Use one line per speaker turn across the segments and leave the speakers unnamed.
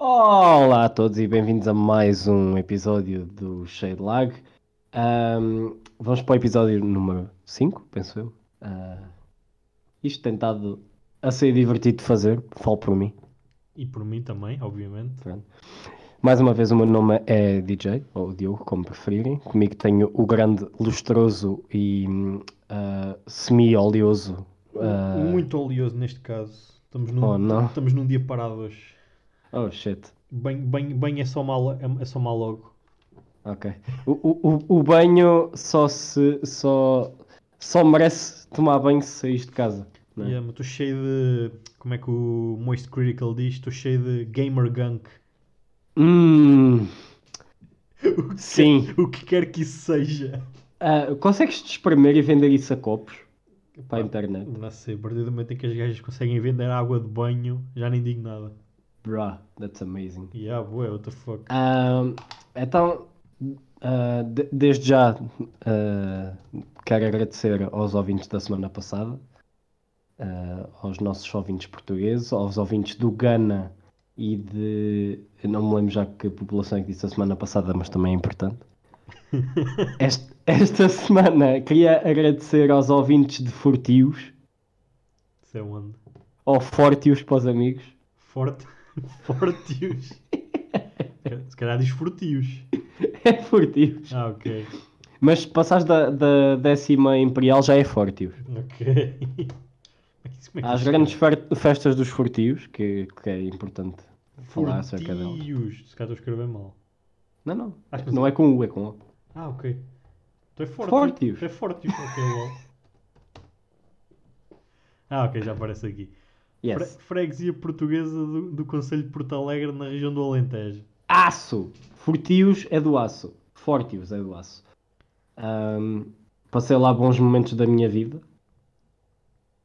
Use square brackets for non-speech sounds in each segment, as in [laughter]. Olá a todos e bem-vindos a mais um episódio do Cheio de Lag. Ahm, vamos para o episódio número 5, penso eu. Ah, isto tem estado a ser divertido de fazer, falo por mim.
E por mim também, obviamente.
Mais uma vez, o meu nome é DJ, ou Diogo, como preferirem. Comigo tenho o grande, lustroso e hum, ah, semi-oleoso. ah,
Muito oleoso neste caso. Estamos num,
Oh, não.
estamos num dia parado hoje.
Oh shit.
Bem, bem, bem é, só mal, é, é só mal logo.
Ok. O, o, o- o banho só se só, só merece tomar banho se saís de casa. não é?
Yeah, mas Estou um, cheio de. Como é que o Moist Critical diz? Estou cheio de gamer gunk. [laughs]
Hum,
O que
Sim.
quer- [laughs] o que quer que isso seja.
ah, consegues te espremer e vender isso a copos para a
Pá,
internet?
Não sei, a partir do momento em que as gajas conseguem vender água de banho, já nem digo nada.
Bruh, that's amazing.
Yeah, boy, what the fuck.
Ah, então, ah, de- desde já ah, quero agradecer aos ouvintes da semana passada, ah, aos nossos ouvintes portugueses, aos ouvintes do Ghana e de. eu Não me lembro já que população é que disse a semana passada, mas também é importante. Est- esta semana queria agradecer aos ouvintes de Fortios,
Isso é onde?
ou Fortios para os amigos. [laughs]
Forte. [laughs] Fortios. Se calhar diz fortios.
É Fortios.
Ah, ok.
Mas se passares da, da décima Imperial já é Fortios.
[laughs] Ok. Como é que isso- como é que
Às
isso
grandes
é?
fer- festas dos furtios, que, que é importante falar acerca delas.
Furtios. Se calhar estou a escrever mal.
Não, não.
Acho que
Não é com U, é com O.
Ah, ok. Tu é forte.
Fortius.
Tu é fortius. Ok,
[laughs]
lol. Ah, ok, já aparece aqui. Fre
Yes.
freguesia portuguesa do, do Conselho de Porto Alegre, na região do Alentejo. [laughs]
Aço! Furtios é do aço. Fortios é do aço. Ahm, passei lá bons momentos da minha vida.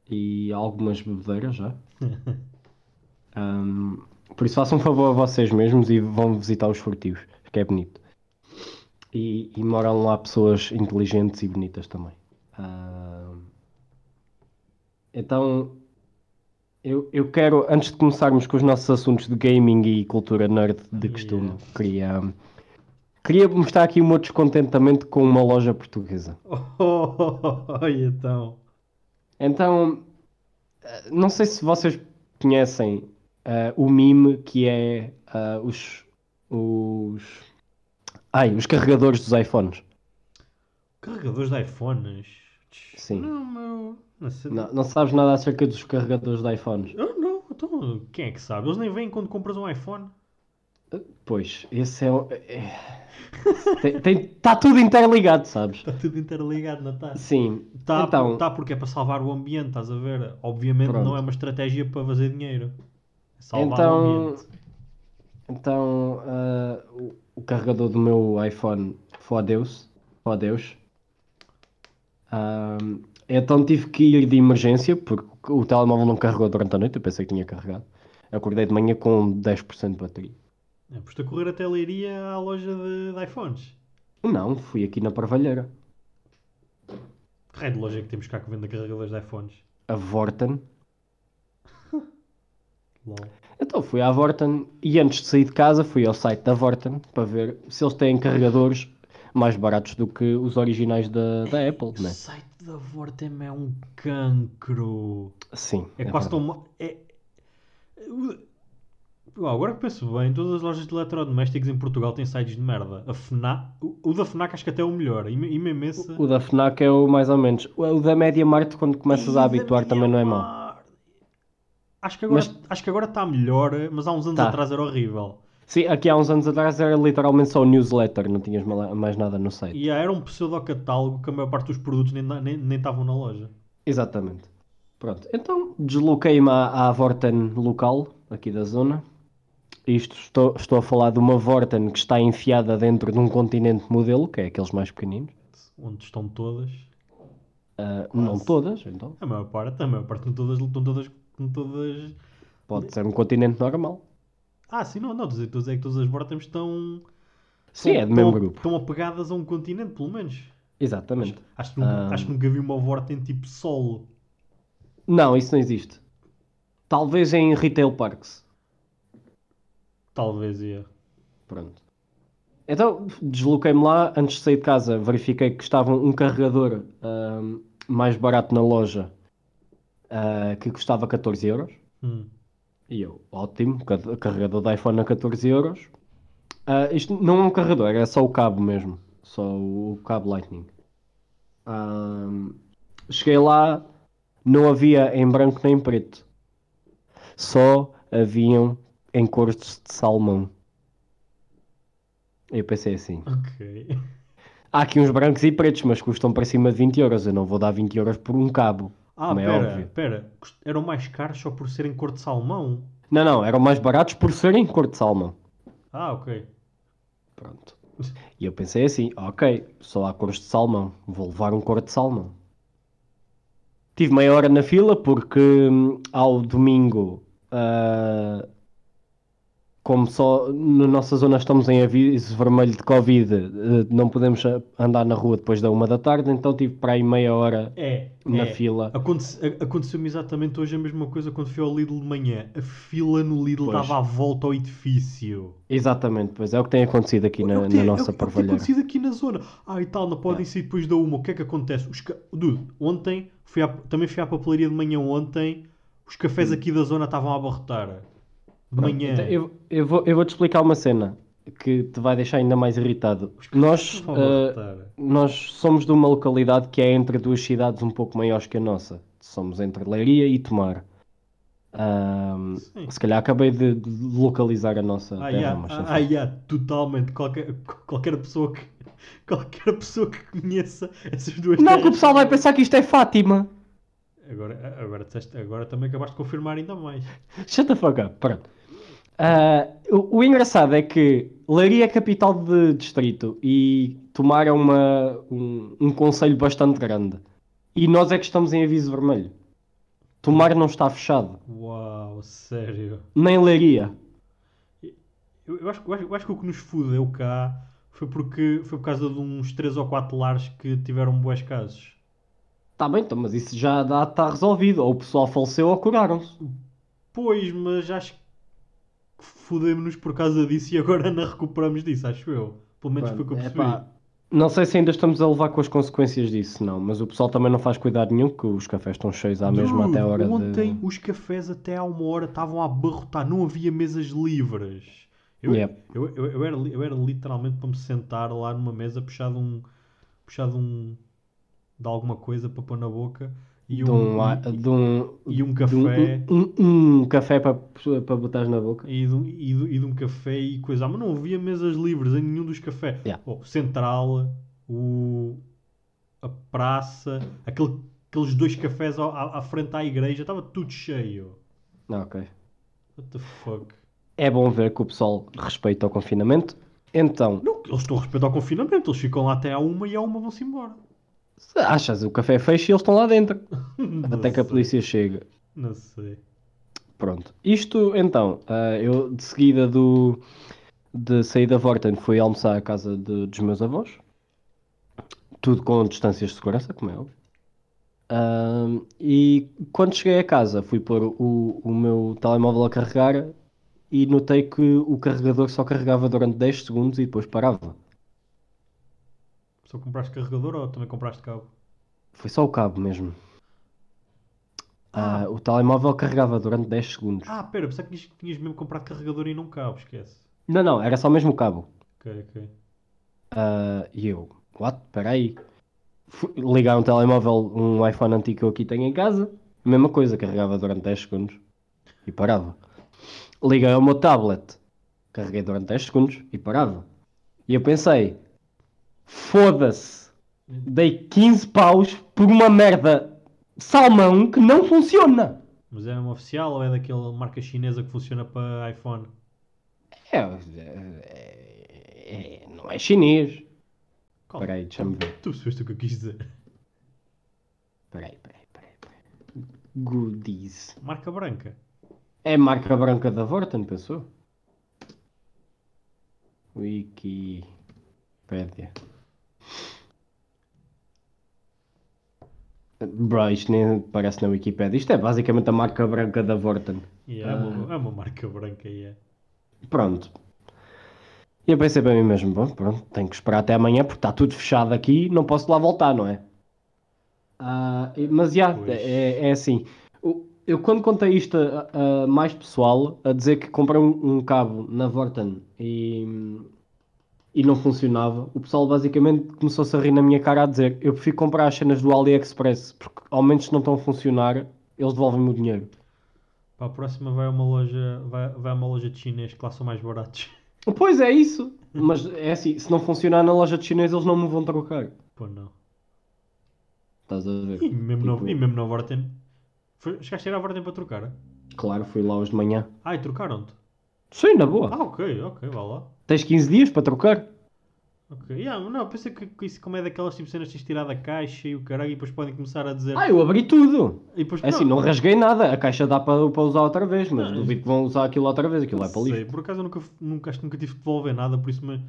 E algumas bebedeiras já. Ahm, por isso façam favor a vocês mesmos e vão visitar os furtios, que é bonito. E, e moram lá pessoas inteligentes e bonitas também. Ahm, então, eu, eu quero, antes de começarmos com os nossos assuntos de gaming e cultura nerd de costume,
Yeah.
queria, queria mostrar aqui o meu descontentamento com uma loja portuguesa.
Oh, oh, oh, oh, oh, e então.
Então, eh, não sei se vocês conhecem eh, o mime que é ah, os, os, ai, os carregadores dos iPhones.
Carregadores de iPhones.
Sim.
Não, meu. Não sei.
Não, não sabes nada acerca dos carregadores de iPhones?
Eu não, então quem é que sabe? Eles nem vêm quando compras um iPhone.
Pois, esse é. o- é- [laughs] Tem, tem, tá tudo interligado, sabes?
Está tudo interligado, não está?
Sim,
Tá,
Então-
por- tá porque é para salvar o ambiente, estás a ver? Obviamente
Pronto.
não é uma estratégia para fazer dinheiro. É salvar
Então-
o ambiente.
então ah, o, o carregador do meu iPhone fodeu-se. Fodeu-se. Ah, então tive que ir de emergência porque o telemóvel não carregou durante a noite. Eu pensei que tinha carregado. Acordei de manhã com 10% de bateria.
É, por a correr até a leiria à loja de, de iPhones.
Não, fui aqui na Parvalheira.
Que raio de loja é que temos cá que vende carregadores de iPhones?
A Vorten.
Lol.
Então fui à Vorten e antes de sair de casa fui ao site da Vorten para ver se eles têm carregadores mais baratos do que os originais da, da Apple,
O
né?
site da Vortem é um cancro.
Sim.
É,
é
quase
verdade.
tão. ma- É... o- Uau, agora que penso bem, todas as lojas de eletrodomésticos em Portugal têm sites de merda. A FNAC, o, o da FNAC acho que até é o melhor. E me imensa.
O da FNAC é o mais ou menos. O da Media Marte, quando começas a habituar, também não é mau.
mal Acho que agora acho que agora está melhor, mas há uns anos
Tá.
atrás era horrível.
Sim, aqui há uns anos atrás era literalmente só o newsletter, não tinhas mala- mais nada no site.
E era um pseudo-catálogo que a maior parte dos produtos nem na- nem nem estavam na loja.
Exatamente. Pronto, então desloquei-me à, à Vorten local, aqui da zona. Isto estou, estou a falar de uma Vorten que está enfiada dentro de um continente modelo, que é aqueles mais pequeninos.
Onde estão todas.
Ah, não todas, então.
A maior parte, a maior parte estão todas. Estão todas, estão todas...
Pode ser um continente normal.
Ah, sim, não, não, estou a dizer- estou a dizer que todas as Vortems estão.
Sim, é do mesmo grupo.
Estão apegadas a um continente, pelo menos.
Exatamente.
Acho que nunca,
Ah.
acho que nunca vi uma Vorten tipo solo.
Não, isso não existe. Talvez em retail parks.
Talvez ia.
Pronto. Então desloquei-me lá, antes de sair de casa, verifiquei que estava um carregador ahm, mais barato na loja ah, que custava 14 euros.
Hum.
E eu, ótimo, ca- carregador da iPhone a 14 euros. Ah, isto não é um carregador, é só o cabo mesmo. Só o cabo Lightning. Ah, cheguei lá, não havia em branco nem preto. Só haviam em cores de salmão. Eu pensei assim,
Ok.
há aqui uns brancos e pretos, mas custam para cima de 20 euros. Eu não vou dar 20 euros por um cabo.
Ah,
Como é
pera,
óbvio.
pera. Cust- Eram mais caros só por serem cor de salmão?
Não, não, eram mais baratos por serem cor de salmão.
Ah, ok.
Pronto. E eu pensei assim, ok, só há cores de salmão, vou levar um cor de salmão. Tive meia hora na fila porque hum, ao domingo, ah, como só na nossa zona estamos em aviso vermelho de Covid, eh, não podemos a- andar na rua depois da uma da tarde, então tive para aí meia hora
É,
na
é.
fila.
Aconte- a- Aconteceu-me exatamente hoje a mesma coisa quando fui ao Lidl de manhã. A fila no Lidl
Pois.
dava a volta ao edifício.
Exatamente, pois é o que tem acontecido aqui na,
É o
na
que tem-
nossa
é o que tem
parvalheira.
acontecido aqui na zona. Ah, e tal, não podem sair depois da uma. O que é que acontece? Os ca- Dude, ontem fui à- também fui à papelaria de manhã ontem. Os cafés aqui da zona estavam a abarrotar. De
Hum. Pronto,
manhã.
então eu, eu vou, eu vou-te explicar uma cena que te vai deixar ainda mais irritado. Nós,
Estavam a
eh,
abarrotar.
nós somos de uma localidade que é entre duas cidades um pouco maiores que a nossa. Somos entre Leiria e Tomar. Ahm,
Sim.
se calhar acabei de, de localizar a nossa
Ah,
terra,
yeah,
mas
ah,
enfim.
ah, yeah, totalmente. Qualquer, qualquer pessoa que. [laughs] Qualquer pessoa que conheça essas duas
Não, que o
terras-
pessoal vai pensar que isto é Fátima.
Agora, agora, disseste- agora também acabaste de confirmar ainda mais.
Shut the fuck up. Pronto. Ah, o, o engraçado é que Leiria é capital de distrito e Tomar é uma, um, um conselho bastante grande. E nós é que estamos em aviso vermelho. Tomar não está fechado.
Uau, sério.
Nem Leiria.
Eu, eu acho, eu acho- eu acho que o que nos fudeu cá foi porque foi por causa de uns 3 ou 4 lares que tiveram boas casos.
Está bem, então, mas isso já dá- está resolvido. Ou o pessoal faleceu ou curaram-se.
Pois, mas acho que fudemos-nos por causa disso e agora [laughs] não recuperamos disso, acho eu. Pelo menos foi o que eu
Pronto,
percebi.
epá, não sei se ainda estamos a levar com as consequências disso, não. Mas o pessoal também não faz cuidado nenhum, que os cafés estão cheios à mesma
Dude,
Tá até a hora de-
ontem os cafés até há uma hora estavam a abarrotar, não havia mesas livres. Eu,
Yep.
eu, eu, eu era, li- eu era literalmente para me sentar lá numa mesa, puxar de um. puxar de um. de alguma coisa para pôr na boca e
de um, a-
e-
de um-
e
de um-
um café.
um- um- um café para para botares na boca.
E de, um- e, de, e de um café e coisa. Ah, Mas não havia mesas livres em nenhum dos cafés.
Yeah.
Oh, Central, o, a praça, aquele- aqueles dois cafés ao- à, à frente à igreja, estava tudo cheio.
Ah, ok.
What the fuck?
É bom ver que o pessoal respeita o confinamento. Então,
Não, eles estão a respeitar o confinamento, eles ficam lá até à uma e à uma vão-se embora.
se achas o café fecha e eles estão lá dentro.
Não
Até que a
sei,
polícia chega.
Não sei.
Pronto. Isto, então, ah, eu de seguida do, de sair da Vorten fui almoçar à casa de- dos meus avós. Tudo com distâncias de segurança, como é óbvio. Ahm, e quando cheguei a casa, fui pôr o, o meu telemóvel a carregar e notei que o carregador só carregava durante 10 segundos e depois parava.
Só compraste carregador ou também compraste cabo?
Foi só o cabo mesmo. Ah, o telemóvel carregava durante 10 segundos.
Ah, pera, pensava que tinhas, tinhas mesmo comprado carregador e não cabo, esquece.
Não, não, era só mesmo o cabo.
Ok, ok.
Ah, e eu, what? Peraí. Fui Ligar um telemóvel, um iPhone antigo que eu aqui tenho em casa, a mesma coisa, carregava durante 10 segundos e parava. Liguei ao meu tablet, carreguei durante 10 segundos e parava. E eu pensei, foda-se, dei 15 paus por uma merda salmão que não funciona.
Mas é mesmo oficial ou é daquela marca chinesa que funciona para iPhone?
É, é- é- é- não é chinês.
Calma.
Peraí, deixa-me ver.
Tu percebeste o que eu quis dizer?
Peraí, peraí, peraí. peraí. Goodies.
Marca branca.
É a marca branca da Vorten, pensou? Wikipédia. Bro, isto nem parece na Wikipédia. Isto é basicamente a marca branca da Vorten.
Ah. Yeah, é, uma, é uma marca branca, yeah.
Pronto. E eu pensei para mim mesmo, bom, pronto, tenho que esperar até amanhã porque está tudo fechado aqui, não posso lá voltar, não é? Ah, e- mas já,
Pois.
é, é assim. O- Eu quando contei isto a, a mais pessoal, a dizer que comprei um, um cabo na Vorten e, e não funcionava, o pessoal basicamente começou-se a rir na minha cara a dizer eu prefiro comprar as cenas do AliExpress porque ao menos se não estão a funcionar, eles devolvem-me o dinheiro.
Para a próxima vai a uma loja, vai, vai a uma loja de chinês que lá são mais baratos. [laughs]
Pois é isso.
Uhum.
Mas é assim, se não funcionar na loja de chinês, eles não me vão trocar.
Pô, não.
Estás a ver?
E mesmo,
Tipo-
no, e mesmo na Vorten. Foi, chegaste a ir à Vorten para trocar?
Claro, fui lá hoje de manhã.
Ah, e trocaram-te?
Sim, na boa.
Ah, ok, ok, vá lá.
Tens 15 dias para trocar.
Ok, yeah, mas não, pensei que, que isso como é daquelas tipo cenas que tens de tirar da caixa e o caralho e depois podem começar a dizer...
Ah, eu abri tudo.
e depois,
É assim, não rasguei nada. A caixa dá para, para usar outra vez, mas
Não,
duvido que vão usar aquilo outra vez. Aquilo é para
sei,
lixo.
por acaso eu nunca, nunca, acho que nunca tive de devolver nada, por isso me-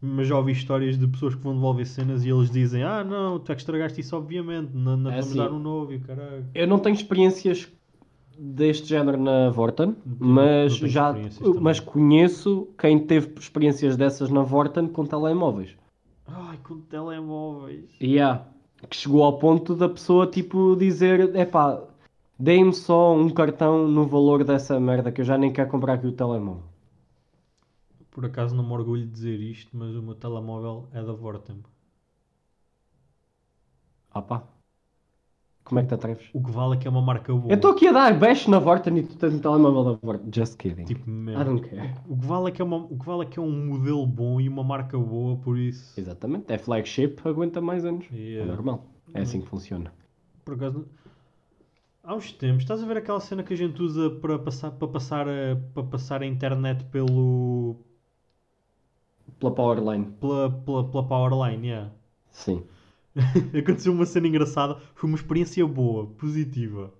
mas já ouvi histórias de pessoas que vão devolver cenas e eles dizem Ah não, tu é que estragaste isso obviamente, não, não
É
vamos
assim.
dar um novo e o caralho.
Eu não tenho experiências deste género na Vorten,
Não tenho-
mas
não tenho
já
experiências também.
mas conheço quem teve experiências dessas na Vorten com telemóveis.
Ai, com telemóveis.
E há que chegou ao ponto da pessoa tipo dizer: epá, deem-me só um cartão no valor dessa merda que eu já nem quero comprar aqui o telemóvel.
Por acaso não me orgulho de dizer isto, mas o meu telemóvel é da Vortem.
Ah pá, como é que te atreves?
O que vale é que é uma marca boa.
Eu estou aqui a dar bash na Vorten e tu tens um telemóvel da Vorten. Just kidding.
Tipo, mesmo.
I don't care.
O que, vale é que é uma- o que vale é que é um modelo bom e uma marca boa, por isso.
Exatamente, é flagship, aguenta mais anos. É
Yeah.
normal, é assim que funciona.
Por acaso, não- há uns tempos, estás a ver aquela cena que a gente usa para passar, para passar, a, para passar a internet pelo,
Pela Powerline,
pela, pela, pela Powerline? Yeah. [laughs]
sim.
Aconteceu uma cena engraçada, foi uma experiência boa, positiva.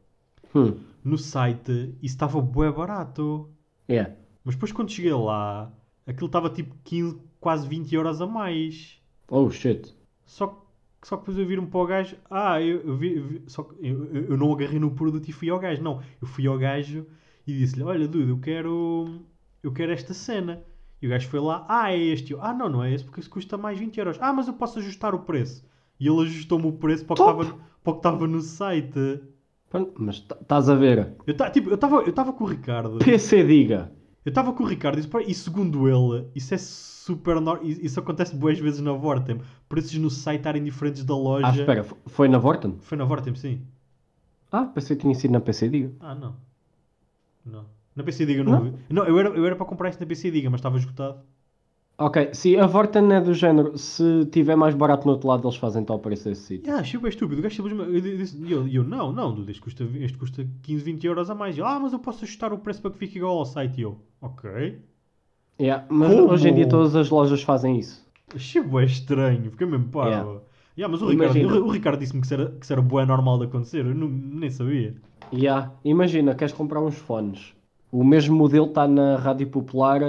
Hum,
No site, isso estava bué barato.
yeah.
Mas depois quando cheguei lá, aquilo estava tipo 15, quase 20 horas a mais.
Oh shit.
Só que, só que depois eu viro-me para o gajo, ah, eu, eu vi, eu vi- só que eu, eu- eu não agarrei no produto e fui ao gajo, não. Eu fui ao gajo e disse-lhe, olha, dude, eu quero, eu quero esta cena. E o gajo foi lá, ah, é este. Eu, ah, não, não é esse, porque isso custa mais 20 euros. Ah, mas eu posso ajustar o preço. E ele ajustou-me o preço para o que
Top!
estava- para o que estava no site.
Pronto, Mas t- estás a ver,
Eu estava tipo, eu tava, eu tava com o Ricardo.
PC diga.
Eu estava com o Ricardo e, disse, "Pá, e segundo ele, isso é super... nor- Isso acontece boas vezes na Vortem. Preços no site estarem diferentes da loja.
Ah, espera, f- foi na Vorten?
Foi na Vortem, sim.
Ah, pensei que tinha sido na PC diga.
Ah, não. Não. Na PC Diga não, vi. Não, eu era, eu era para comprar isto na PC Diga, mas estava esgotado.
Ok, se a Vorten é do género, se tiver mais barato no outro lado, eles fazem tal preço desse sítio.
Ah, achei bem estúpido. O gajo simplesmente. eu di- disse- E eu, e eu, não, não, Dudu, este custa, este custa 15, 20 euros a mais. E ele, Ah, mas eu posso ajustar o preço para que fique igual ao site. E eu, ok.
Yeah, mas
Como?
hoje em dia todas as lojas fazem isso.
Achei bem estranho, fiquei mesmo parvo.
Yeah.
Yeah, mas o Ricardo,
Imagina.
o, o Ricardo disse-me que isso era, que isso era bué normal de acontecer, eu não- nem sabia.
Yeah, imagina, queres comprar uns fones. O mesmo modelo está na Rádio Popular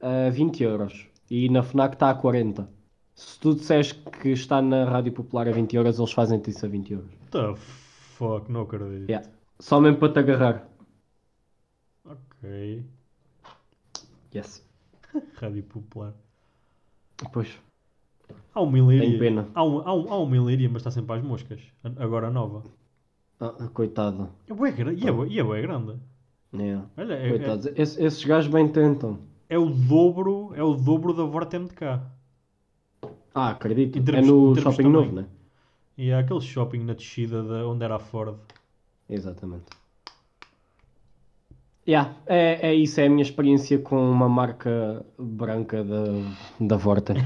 a 20 euros e na FNAC está a 40. Se tu disseres que está na Rádio Popular a 20 euros, eles fazem-te isso a 20 euros.
What the fuck, não acredito.
Yeah. Só mesmo para te agarrar.
Ok.
Yes.
Rádio Popular.
Pois.
Há uma em Leiria.
Tenho pena.
Há, um, há, um, há uma em Leiria, mas está sempre às moscas. A- Agora nova.
Ah, coitado.
É bué, gra- e, é bué, e é bué grande.
Yeah.
Olha, é, é,
Coitados. Esse- esses gajos bem tentam.
é o dobro, é o dobro da Vortem de cá.
Ah, acredito.
Em
É
termos- em
no
termos
shopping
também.
novo, né?
E há aquele shopping na descida de onde era a Ford.
Exatamente. Yeah, é, é isso, é a minha experiência com uma marca branca da, da Vorten.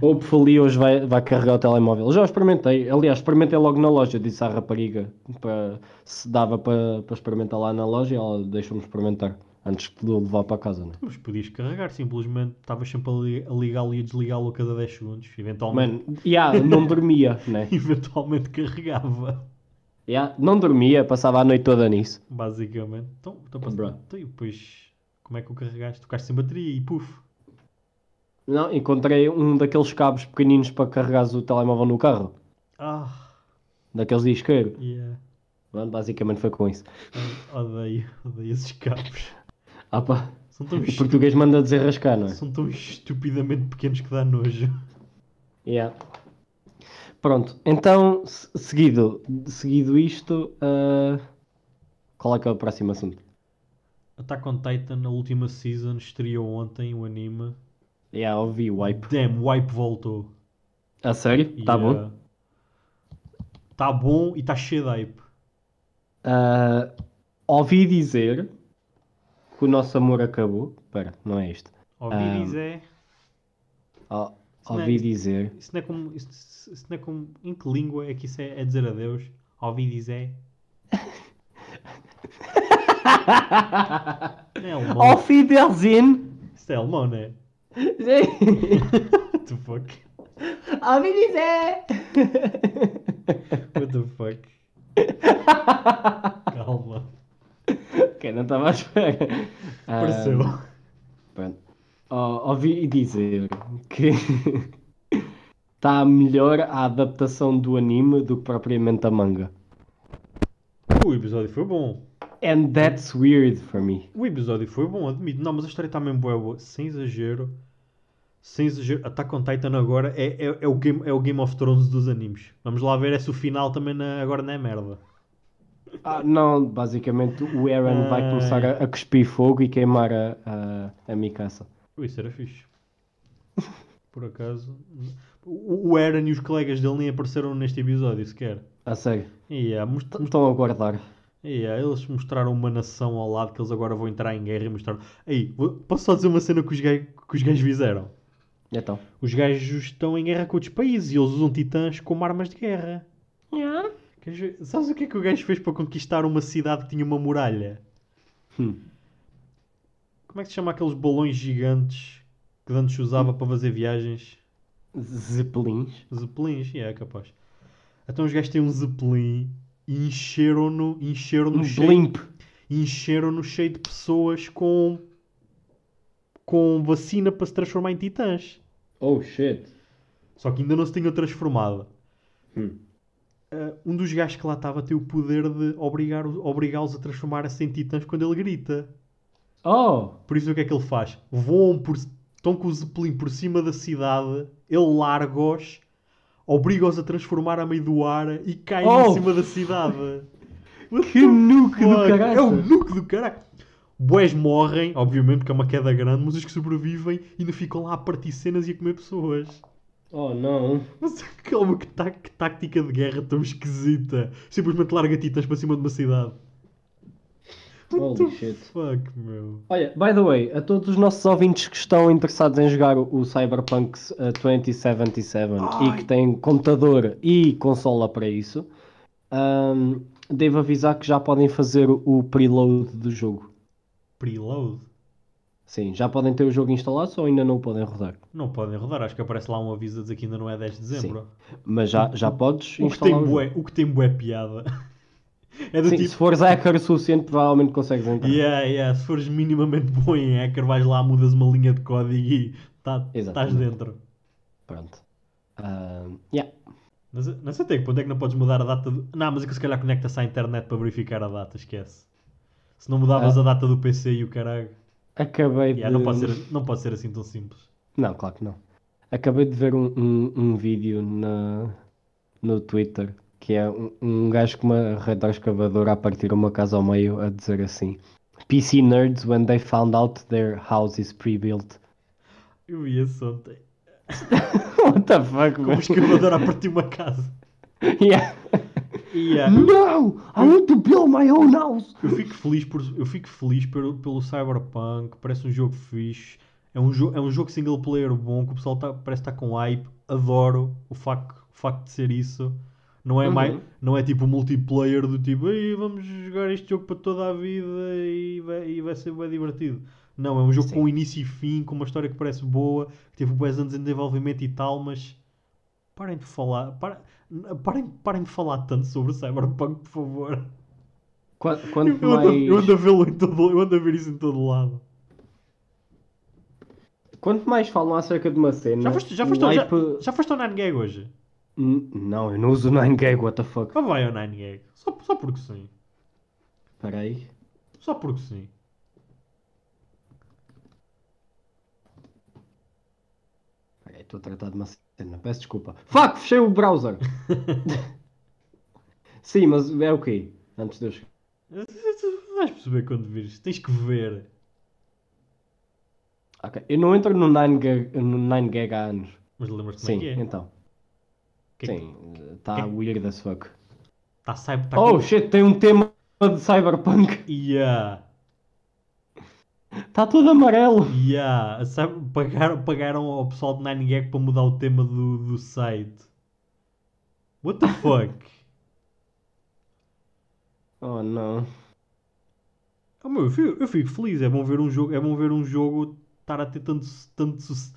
Ou Pfali hoje vai, vai carregar o telemóvel. Já experimentei, aliás, experimentei logo na loja, disse à rapariga para, se dava para, para experimentar lá na loja e ela deixou-me experimentar antes de eu levar para casa. Né?
Mas podias carregar, simplesmente estavas sempre a li- a ligá-lo e a desligá-lo a cada 10 segundos. Eventualmente,
Mano, yeah, não dormia, [laughs] né?
[laughs] eventualmente carregava,
Yeah, não dormia, passava a noite toda nisso.
basicamente. Então, então,
Bro.
então e depois, como é que o carregaste? Tocaste sem bateria e puf.
Não, encontrei um daqueles cabos pequeninos para carregares o telemóvel no carro.
Ah,
daqueles de isqueiro.
yeah.
Pronto, basicamente foi com isso.
Odeio, odeio esses cabos.
Ah, pá.
São tão,
O
estu-
português manda dizer rascar, não é?
são tão estupidamente pequenos que dá nojo.
Yeah. Pronto, então, se- seguido, seguido isto, ah, qual é que é o próximo assunto?
Attack on Titan, a última season, estreou ontem o anime.
Yeah, ouvi o wipe.
Damn, o hype voltou.
A sério? Tá bom?
Está tá bom e está cheio de hype.
Ah, ouvi dizer que o nosso amor acabou. Espera, não é isto.
Ouvi
Ah,
dizer.
Ó-
não é
ouvi
isto.
dizer.
é, [laughs] Isso não é como. Isso, isso não é como. Em que língua é que isso é, é dizer adeus? Ouvi dizer. Não é alemão.
Ao Fidelzin!
Isso é alemão, não é?
[laughs]
What the fuck?
Ouvi dizer!
What the fuck? Calma.
Ok, não estava à espera. Ah,
Pareceu.
Pronto. Ó- ouvi dizer que está melhor a adaptação do anime do que propriamente a manga.
O episódio foi bom.
And that's weird for me.
O episódio foi bom, admito. Não, mas a história está mesmo boa, boa. Sem exagero. Sem exagero. Attack on Titan agora é, é, é o game, é o Game of Thrones dos animes. Vamos lá ver é se o final também na- agora não é merda.
Ah, não, basicamente o Eren vai
Ai.
começar a, a cuspir fogo e queimar a, a, a Mikasa.
Ui, Isso era fixe. Por acaso. O, o Eren e os colegas dele nem apareceram neste episódio sequer.
A sério.
E yeah, most-
T- Estão a guardar.
E aí, eles mostraram uma nação ao lado que eles agora vão entrar em guerra e mostraram. Aí, vou- posso só dizer uma cena que os, gai- que os gajos fizeram?
Então.
Os gajos estão em guerra com outros países e eles usam titãs como armas de guerra. Queres ver- Sabes o que é que o gajo fez para conquistar uma cidade que tinha uma muralha?
Hum.
Como é que se chama aqueles balões gigantes que antes se usava para fazer viagens?
Zeppelins.
Zeppelins, é capaz. Então os gajos têm um Zeppelin e encheram-no encheram
Um
cheio
blimp.
encheram-no cheio de pessoas com com vacina para se transformar em titãs.
Oh shit.
Só que ainda não se tinham transformado.
Hum.
Ah, um dos gajos que lá estava tem o poder de obrigar- obrigá-los a transformar-se em titãs quando ele grita.
Oh!
Por isso o que é que ele faz? Voam por estão com o Zeppelin por cima da cidade, ele larga-os, obriga-os a transformar a meio do ar e caem
Oh!
em cima
[laughs]
da cidade. What
Que
the
nuke do
Fuck,
caralho!
É o nuke do caralho. Boés morrem, obviamente que é uma queda grande, mas os que sobrevivem ainda ficam lá a partir cenas e a comer pessoas.
Oh não!
Mas [laughs] calma, que, tá- que tática de guerra tão esquisita. Simplesmente larga titãs para cima de uma cidade. What
Holy
the
shit.
fuck, meu.
Olha, by the way, a todos os nossos ouvintes que estão interessados em jogar o o Cyberpunk eh, 2077 e
Ai.
que têm computador e consola para isso, ahm, devo avisar que já podem fazer o preload do jogo.
Preload?
Sim, já podem ter o jogo instalado ou ainda não o podem rodar.
Não podem rodar, acho que aparece lá um aviso a dizer que ainda não é 10 de dezembro.
Mas já, já podes
O que, tem
instalar. o jogo.
bué, o que tem bué piada. [laughs] É do
Sim, tá.
tipo.
se fores hacker o suficiente, provavelmente consegues entrar.
Yeah, yeah, se fores minimamente bom em hacker, vais lá, mudas uma linha de código e tá- estás
Exatamente.
dentro.
Pronto. Ahm, yeah.
Não sei, não sei até que ponto é que não podes mudar a data. Do... Não, mas é que se calhar conecta-se à internet para verificar a data, esquece. Se não mudavas
Ah.
a data do PC e o caralho.
Acabei
Yeah,
de.
não, pode ser, não pode ser assim tão simples.
Não, claro que não. Acabei de ver um, um, um vídeo na, no Twitter que é um, um gajo com uma retroescavadora a partir uma casa ao meio a dizer assim: PC nerds when they found out their house is pre-built. [laughs]
Eu vi esse ontem.
What the fuck,
Com uma
man?
escavadora a partir uma casa.
[laughs] Yeah.
Yeah.
No! I want to build my own house!
Eu fico feliz, por, eu fico feliz pelo, pelo Cyberpunk, parece um jogo fixe. É um, jo é um jogo single player bom, que o pessoal tá, parece estar com hype. Adoro o facto, o facto de ser isso. Não é,
Uhum.
mais, não é tipo multiplayer do tipo Ei, vamos jogar este jogo para toda a vida e vai, e vai ser bem divertido. Não, é um jogo
Sim.
com início e fim, com uma história que parece boa, que teve boas anos em desenvolvimento e tal, mas parem de falar, para- parem, parem de falar tanto sobre Cyberpunk, por favor.
Qua-
Eu,
Quanto
eu ando, eu
mais,
ando a vê-lo em todo, eu ando a ver isso em todo lado.
quanto mais falam acerca de uma cena,
Já foste, já
o
foste, ao- já,
um hype-
já foste ao 9gag hoje?
N- Não, eu não uso 9gag, what the fuck.
Ou vai ao 9gag? Só, só porque sim.
Peraí.
Só porque sim.
Estou a tratar de uma cena, peço desculpa. Fuck, fechei o
[laughs]
browser! Sim, mas é o quê? Antes de eu chegar.
Vais perceber quando vires. Tens que ver.
Ok, eu não entro no 9gag, no 9gag há anos.
Mas lembras-te
Sim,
como é que é?
então.
Que é que-
Sim, está
que-
weird as fuck.
Tá, sai, tá
Oh shit, tem um tema de cyberpunk.
Yeah.
Está todo amarelo.
Yeah. Sabe, pagaram, pagaram ao pessoal de 9gag para mudar o tema do, do site.
[laughs]
What the fuck?
Oh não.
Ah, meu, eu, fico, eu fico feliz. É bom ver um jogo, é bom ver um jogo estar a ter tanto, su- tanto, su-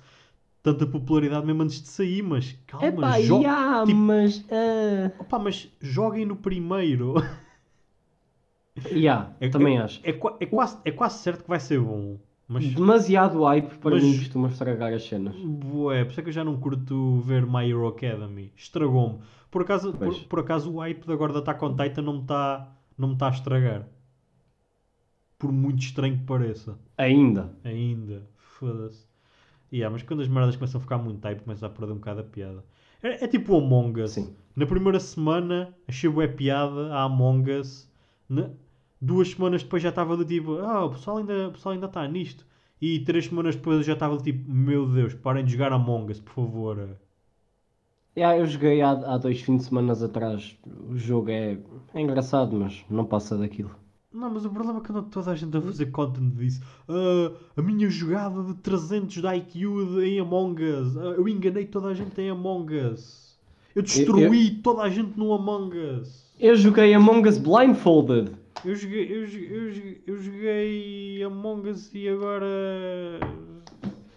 tanta popularidade mesmo antes de sair, mas calma,
Epá,
jo-
yeah,
tipo-
mas. ah,
Opa, mas joguem no primeiro. [laughs]
yeah,
É-
também acho.
É, qua- é quase, é quase certo que vai ser bom. Mas,
Demasiado hype para
Mas-
mim costuma estragar as cenas.
bué, por isso é que eu já não curto ver My Hero Academy. Estragou-me. Por acaso,
Pois.
por, por acaso o hype de agora da Attack on Titan não me está não me tá a estragar. Por muito estranho que pareça.
Ainda.
Ainda. Foda-se. Yeah, mas quando as merdas começam a ficar muito hype, começa a perder um bocado a piada. É, é tipo o Among Us.
Sim.
Na primeira semana achei bué piada a Among Us. Na- Duas semanas depois já estava do tipo, ah, o pessoal ainda o pessoal ainda está nisto. E três semanas depois eu já estava do tipo, meu Deus, parem de jogar Among Us, por favor.
Yeah, eu joguei há, há dois fins de semana atrás. O jogo é, é engraçado, mas não passa daquilo.
Não, mas o problema é que anda toda a gente a fazer content disso. Ah, a minha jogada de 300 da IQ de- em Among Us. Ah, eu enganei toda a gente em Among Us. Eu destruí toda a gente no Among Us.
Eu joguei Among Us Blindfolded.
Eu joguei, eu, joguei, eu, joguei, eu joguei Among Us e agora.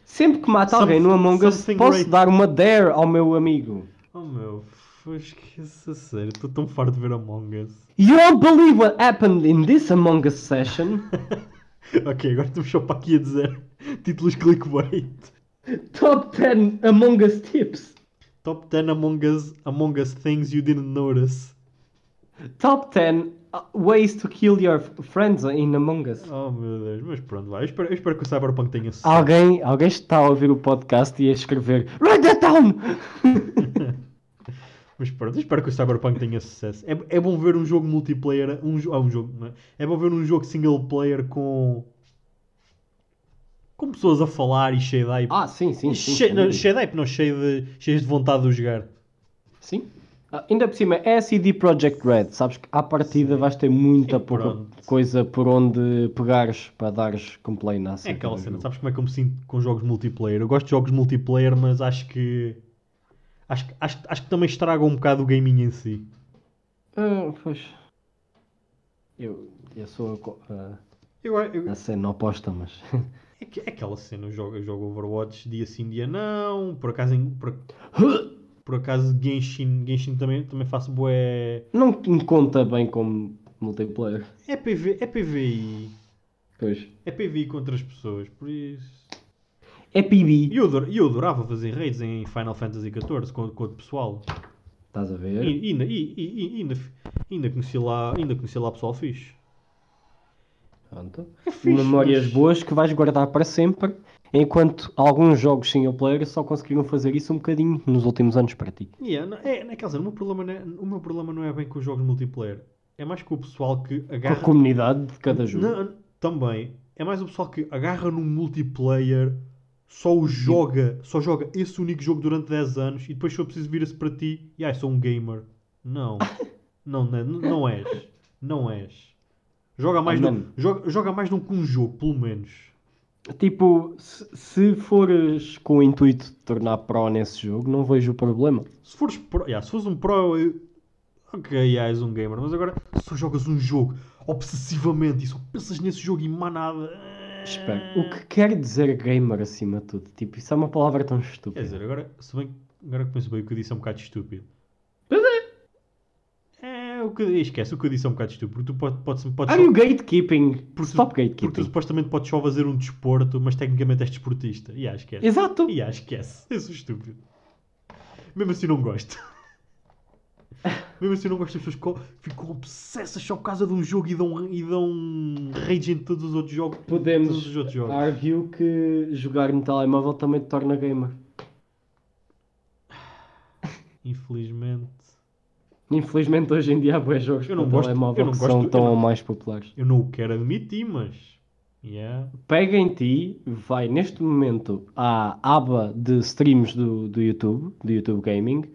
Sempre que mato
Some-
alguém no Among Us,
something
posso
great.
dar uma dare ao meu amigo.
Oh meu, foi- esquece a sério, estou tão farto de ver Among Us. [laughs]
You won't believe what happened in this Among Us session.
[laughs] ok, agora estamos só para aqui a dizer [laughs] títulos clickbait.
Top 10 Among Us tips.
Top 10 Among Us, Among Us Things You Didn't Notice.
Top 10 ways to kill your friends in Among Us.
Oh meu Deus, mas pronto, vai. Eu espero, eu espero que o Cyberpunk tenha sucesso.
Alguém, alguém está a ouvir o podcast e a escrever Write that [laughs] down!
Mas pronto, eu espero que o Cyberpunk tenha sucesso. É, é bom ver um jogo multiplayer. Um, jo- ah, um jogo, não é? É bom ver um jogo single player com. com pessoas a falar e cheio de hype.
ah, sim, sim, sim.
cheio,
sem
não,
dúvida.
cheio de hype, não, cheio de, cheio de vontade de jogar. É
Sim. Ah, ainda por cima, é a CD Projekt Red. Sabes que à partida vais ter muita
É
pouca
pronto.
coisa por onde pegares para dares complaint na
É aquela cena, sabes como é que eu me sinto com jogos multiplayer? Eu gosto de jogos multiplayer, mas acho que. Acho, que- acho, que- acho que também estraga um bocado o gaming em si.
Ah, pois. Eu, eu sou a, co- a-
Eu, eu-
a cena oposta, mas. [laughs]
é, que- é aquela cena, eu jogo, eu jogo Overwatch dia sim, dia não. Por acaso, em- por, por acaso Genshin, Genshin também, também faço bué.
Não me conta bem como multiplayer.
É, PV, é PVI.
Pois.
É PVI contra as pessoas, por isso.
É
E
PB.
eu, ador- e eu adorava fazer raids em Final Fantasy XIV com, com outro pessoal.
Estás a ver?
E, ainda, e, e- e- ainda, f- ainda, conheci lá, ainda conheci lá pessoal fixe.
Pronto.
É fixe,
Memórias
mas-
boas que vais guardar para sempre. Enquanto alguns jogos single player só conseguiram fazer isso um bocadinho nos últimos anos para ti.
Yeah, não- é, não é, quer dizer, o meu, problema não é, o meu problema não é bem com os jogos multiplayer. É mais com o pessoal que
Com a
agarra.
comunidade de cada jogo.
Não, também. É mais o pessoal que agarra num multiplayer, só o joga, só joga esse único jogo durante 10 anos e depois se eu preciso vira-se para ti e ai, sou um gamer.
[laughs]
Não. não, não, não és. Não és. Joga mais,
Ah,
num,
mano.
joga, joga mais num que um jogo, pelo menos.
Tipo, se, se fores com o intuito de tornar pro nesse jogo, não vejo o problema.
Se fores, pro, yeah, se fores um pro, eu- ok, yeah, és um gamer, mas agora se só jogas um jogo obsessivamente e só pensas nesse jogo e mais nada. eh,
Espera. O que quer dizer gamer acima de tudo? Tipo, isso é uma palavra tão estúpida.
Quer dizer, agora, se bem, agora que penso bem, o que eu disse é um bocado estúpido.
Pois
é. o que, esquece, o que eu disse é um bocado estúpido, porque tu pode, pode, pode
Are you gatekeeping?
Porque-
Stop
porque tu
gatekeeping.
supostamente podes só fazer um desporto, mas tecnicamente és desportista. E yeah, esquece.
Exato.
E yeah, esquece. Eu sou estúpido. Mesmo assim não gosto.
[laughs]
Mesmo assim não gosto das pessoas que co- ficam obsessas só por causa de um jogo e dão, e dão rage em todos os outros jogos.
Podemos
Todos os outros jogos.
Argue que jogar no telemóvel também te torna gamer.
Infelizmente.
Infelizmente hoje em dia há boas jogos
Eu
para
não gosto- eu
telemóvel
não
que
gosto-
são
eu
tão
não-
ou mais populares.
Eu não o quero admitir, mas. Yeah.
Pega em ti, vai neste momento à aba de streams do, do YouTube, do YouTube Gaming,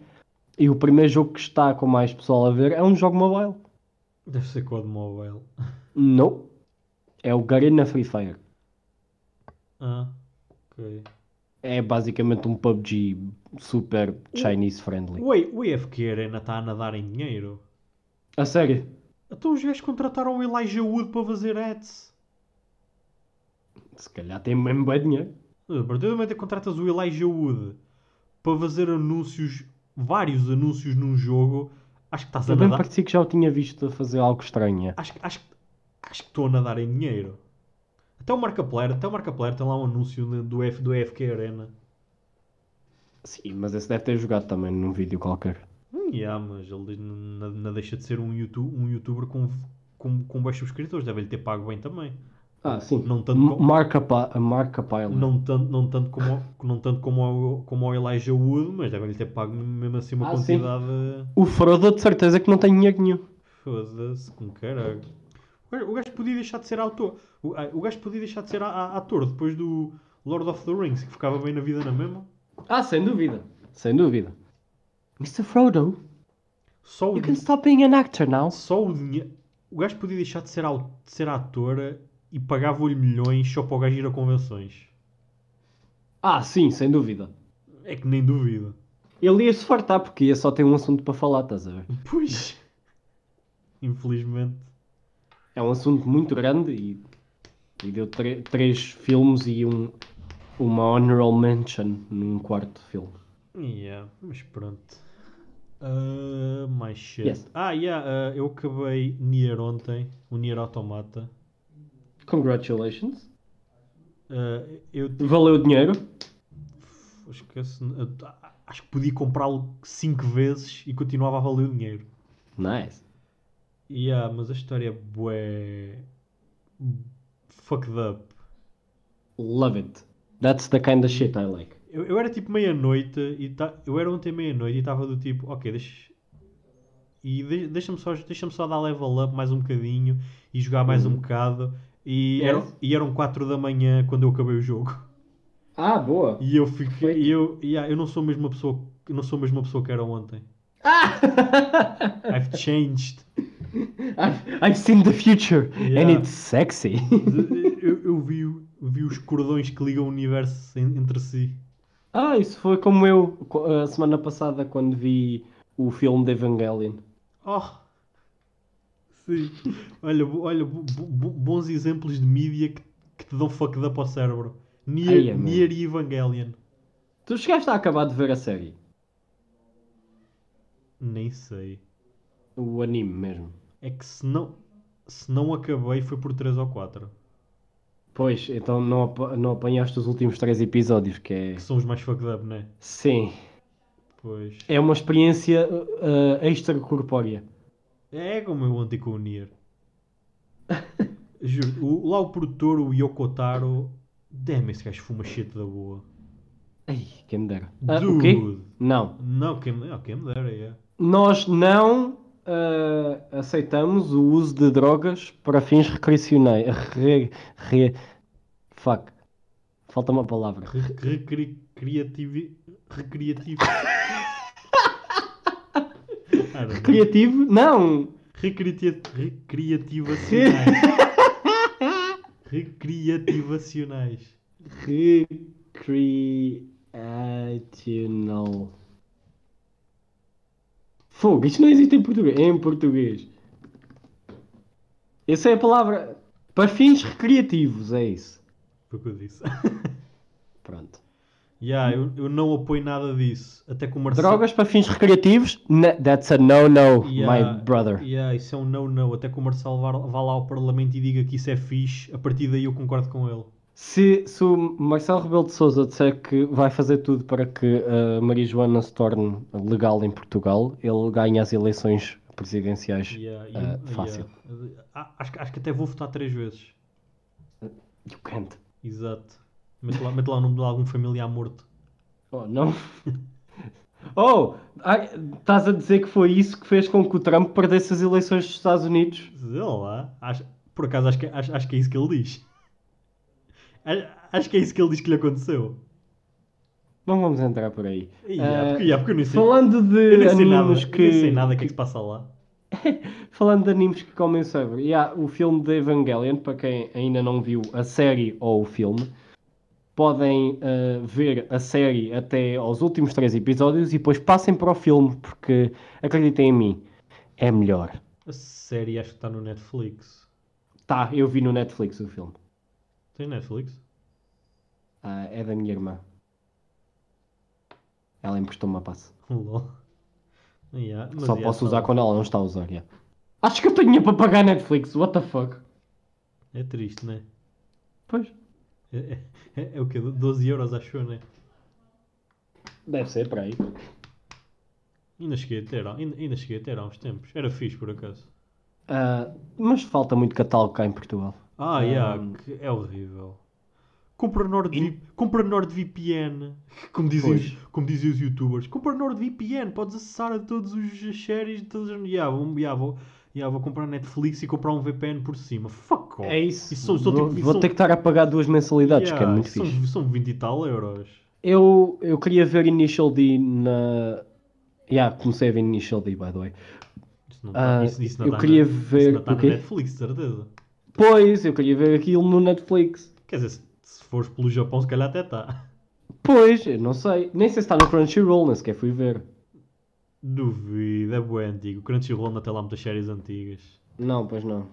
e o primeiro jogo que está com mais pessoal a ver é um jogo mobile.
Deve ser COD Mobile.
Não. É o Garena Free Fire.
Ah, ok.
É basicamente um PUBG super Chinese friendly.
O, E- o EFQ Arena está a nadar em dinheiro.
A sério?
Então os gajos contrataram o Elijah Wood para fazer ads.
Se calhar tem mesmo bem dinheiro.
A partir do momento em que contratas o Elijah Wood para fazer anúncios, vários anúncios num jogo, acho que estás a
Eu bem
nadar.
parecia que já o tinha visto a fazer algo estranho.
Acho, que- acho, que- acho que estou a nadar em dinheiro. Até o Marca Player, até o Marca Player tem lá um anúncio de- do, F, do FK Arena.
Sim, mas esse deve ter jogado também num vídeo qualquer.
Hum, yeah, mas ele n- n- não deixa de ser um, YouTube, um youtuber com, com, com baixos subscritores, deve-lhe ter pago bem também.
Ah, sim.
Não tanto
M-
como,
Marca, pa marca Pilot.
não tanto, não tanto, como, ao- não tanto como, ao, como ao Elijah Wood, mas devem-lhe ter pago mesmo assim uma
Ah, sim.
quantidade.
O Frodo de certeza que não tem dinheiro nenhum.
Foda-se, com caralho. O gajo- O gajo podia deixar de ser autor. O, ah, o gajo podia deixar de ser a- a- ator depois do Lord of the Rings, que ficava bem na vida é na mesma.
Ah, sem dúvida. Sem dúvida. Mr. Frodo,
Só o,
you can stop being an actor now.
só o dinheiro. O gajo podia deixar de ser, au- de ser ator e pagava-lhe milhões só para o gajo ir a convenções.
Ah, sim, sem dúvida.
É que nem
[laughs]
duvido.
Ele ia se fartar porque ia só ter um assunto para falar, estás a ver?
Pois. Infelizmente.
É um assunto muito grande e, e deu tre- três filmes e um, uma honorable mention num quarto filme.
Yeah, mas pronto. Ah, mais shit.
Yes.
Ah, yeah, ah, eu acabei Nier ontem, o Nier Automata.
Congratulations.
Ah, eu
Valeu o dinheiro?
esqueço, ah, acho que podia comprá-lo 5 vezes e continuava a valer o dinheiro.
Nice.
Yeah, mas a história é bué. fucked up.
Love it. That's the kind of shit I like.
Eu, eu era tipo meia-noite e ta... eu era ontem meia-noite e estava do tipo, ok, deixa e de- deixa-me só, deixa só dar level up mais um bocadinho e jogar mais um
Uhum.
bocado. E,
Yes.
eram, e eram 4 da manhã quando eu acabei o jogo. [laughs]
Ah, boa.
E eu fiquei. E eu, yeah, eu não sou a mesma pessoa. Eu não sou a mesma pessoa que era ontem.
[laughs] Ah!
I've changed.
I've, I've seen the future and
Yeah.
it's sexy. [laughs]
Eu, eu vi, o- vi os cordões que ligam o universo en- entre si.
ah, isso foi como eu co- a semana passada quando vi o filme de Evangelion.
Oh! Sim. Olha, bo- olha bo- bo- bons exemplos de mídia que, que te dão fucked up ao cérebro. Nier,
Ai, amém.
Nier e Evangelion.
Tu chegaste a acabar de ver a série?
Nem sei.
O anime mesmo.
É que se não, se não acabei foi por 3 ou 4.
Pois, então não, apa- não apanhaste os últimos três episódios, que é.
Que são os mais fucked up, né?
Sim,
Pois.
é uma experiência uh, extracorpórea.
É como eu ontem com
[laughs]
o Nier. Juro, o- lá o produtor, o Yokotaro. Damn, esse gajo fuma shit da boa.
Ai, quem me dera. Ah, o quê?
Dude!
Não.
Não, quem me ah, quem me dera, yeah.
Nós não uh, aceitamos o uso de drogas para fins recreacionais. Re, re, fuck. Falta uma palavra.
Re- re- cri- criativi- Recreativo. Ah, não.
Recreativo? Não!
Recreatia- Recreativacionais. Recreativacionais.
Recreational. Fogo, isto não existe em português. É em português. Essa é a palavra. Para fins recreativos, é isso.
Foi o que eu disse.
Pronto.
Yeah, eu, eu não apoio nada disso. Até com o Marcelo.
Drogas para fins recreativos? Na- that's a no-no,
Yeah,
my brother.
yeah, isso é um não-não. Até que o Marcelo vá, vá lá ao Parlamento e diga que isso é fixe, a partir daí eu concordo com ele.
Se, se o Marcelo Rebelo de Souza disser que vai fazer tudo para que a marijuana se torne legal em Portugal, ele ganha as eleições presidenciais.
Yeah, e-
Ah, fácil.
yeah. Ah, Acho, que- acho que até vou votar três vezes.
You can't.
Exato. Mete lá, mete lá o nome de algum familiar morto.
Oh, não. [laughs] Oh, ah, estás a dizer que foi isso que fez com que o Trump perdesse as eleições dos Estados Unidos?
Sei lá. Acho- por acaso acho que, acho, acho que é isso que ele diz. A- Acho que é isso que ele diz que lhe aconteceu.
Não vamos entrar por aí.
Ih,
Eh,
é porque, é porque eu nem sei,
Falando
eu
de
nem sei nada.
animes
Que... Eu nem sei
que,
nada o que é que se passa lá.
Falando de animes que comem cérebro, e há o filme de Evangelion, para quem ainda não viu a série ou o filme, podem eh, ver a série até aos últimos três episódios e depois passem para o filme, porque acreditem em mim, é melhor.
A série acho que está no Netflix.
Tá, eu vi no Netflix o filme.
Tem Netflix? [laughs]
Ah, é da minha irmã. Ela emprestou-me a passe.
Lol. Yeah, mas
Só
yeah,
posso
tá
usar
bom.
quando ela não está a usar. yeah. Acho que eu tenho dinheiro para pagar Netflix, what the fuck?
É triste, né?
Pois.
É, é, é, é o quê? 12 euros achou, né?
Deve ser, para aí.
Ainda cheguei a ter, há- ainda, ainda cheguei a ter há uns tempos. Era fixe, por acaso.
Ah, mas falta muito catálogo cá em Portugal.
Ah,
Um,
yeah, que é horrível. Compra NordVPN. Compra NordVPN. Como dizem, os, como dizem os youtubers. Compra NordVPN. Podes acessar a todos os as séries de todas as. Yeah, vou, yeah, vou, yeah, vou comprar Netflix e comprar um VPN por cima. Fuck off.
É isso.
Isso são- são
vou
tipo-
vou
são-
ter que estar a pagar duas mensalidades,
Yeah,
que é muito
são,
fixe.
São 20 e tal euros.
Eu, eu queria ver Initial D na. Yeah, comecei a ver Initial D, by the way.
Isso não
Ah,
tá- isso- isso não
eu
tá
queria
na, isso
ver-
não tá
o quê?
na Netflix, de certeza.
Pois, eu queria ver aquilo no Netflix.
Quer dizer, se, se fores pelo Japão, se calhar até tá. está.
Pois, eu não sei. Nem sei se está no Crunchyroll, nem sequer fui ver.
[laughs] Duvido, é bué antigo. O Crunchyroll ainda tem lá muitas séries antigas.
Não, pois não.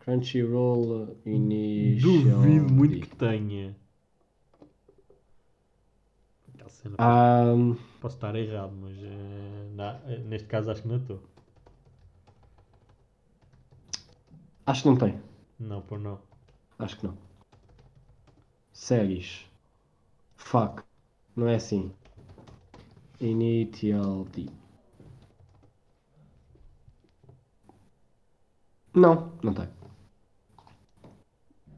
Crunchyroll Initial.
Duvido muito
D.
que tenha. Aquela cena,
Ah,
Posso estar errado, mas eh, na- eh, neste caso acho que não estou.
acho que não tem.
Não, por não.
Acho que não. Séries. Fuck. Não é assim. Initial D. Não, não tem.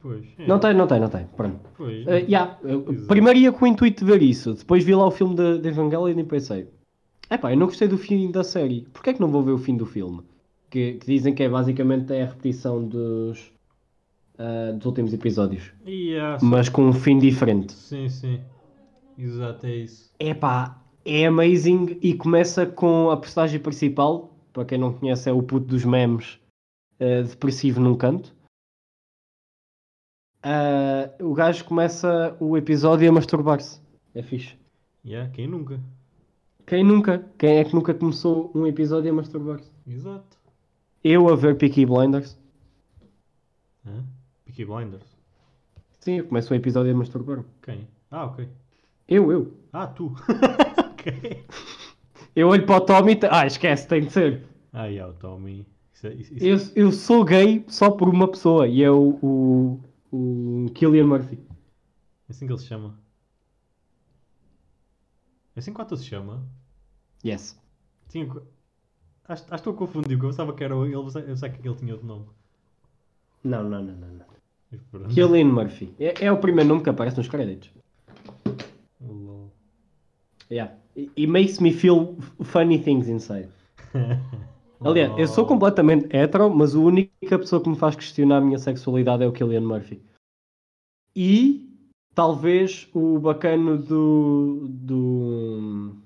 Pois. é,
Não tem, não tem, não tem. Pronto.
Pois.
Eh, yeah, eu-
Exato.
primeiro ia com o intuito de ver isso. Depois vi lá o filme da da Evangelion e pensei: epá, eu não gostei do fim da série. Porquê é que não vou ver o fim do filme? Que, que dizem que é basicamente é a repetição dos, ah, dos últimos episódios.
E há-
mas com um fim diferente.
Sim, sim. Exato, é isso.
Epá, é amazing e começa com a personagem principal, para quem não conhece é o puto dos memes, eh, depressivo num canto. Ah, o gajo começa o episódio a masturbar-se. É fixe.
Yeah, quem nunca?
Quem nunca? Quem é que nunca começou um episódio a masturbar-se?
Exato.
Eu a ver Peaky Blinders.
Hã? Peaky Blinders.
Sim, eu começo um episódio a masturbar-me.
Quem? Ah, ok.
Eu, eu.
Ah, tu. [laughs] ok.
Eu olho para o Tommy e. te- Ah, esquece, tem de ser.
Ah, yeah, o Tommy. Isso, é- isso- isso-
Eu, eu sou gay só por uma pessoa e é o, o, o Killian Murphy.
é assim que ele se chama. É assim que o ator se chama?
Yes.
Tinha... co- Acho, acho que estou a confundir, porque eu pensava que era o- ele, eu pensava que ele tinha outro nome.
Não, não, não, não. não.
Mas pronto.
Killian Murphy. É, é o primeiro nome que aparece nos créditos.
Lol.
Yeah. It it makes me feel funny things inside. Aliás, eu sou
Lol.
completamente hetero, mas a única pessoa que me faz questionar a minha sexualidade é o Killian Murphy. E talvez o bacano do. do.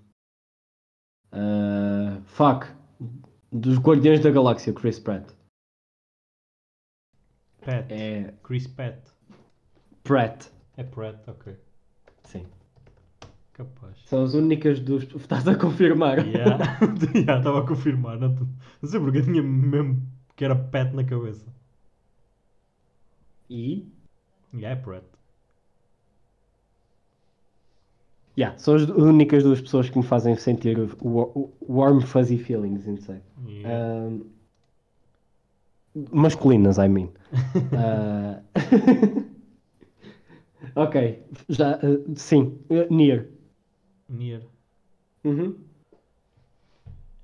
ah, fuck. Dos Guardiões da Galáxia, Chris Pratt.
Pat.
É
Chris Pat.
Pratt.
É Pratt, ok.
Sim.
Capaz.
São as únicas dos. [laughs] Estás a confirmar.
Yeah. [laughs] yeah, estava a confirmar. Não, não sei porque eu tinha mesmo que era Pat na cabeça.
E.
Yeah, é Pratt.
Yeah, são as únicas duas pessoas que me fazem sentir o- o- o warm, fuzzy feelings inside.
Yeah.
Ahm, masculinas,
[laughs]
I mean.
[laughs]
Ah, [laughs] ok, já, ah, sim, eh, Nier.
Nier.
Uhum.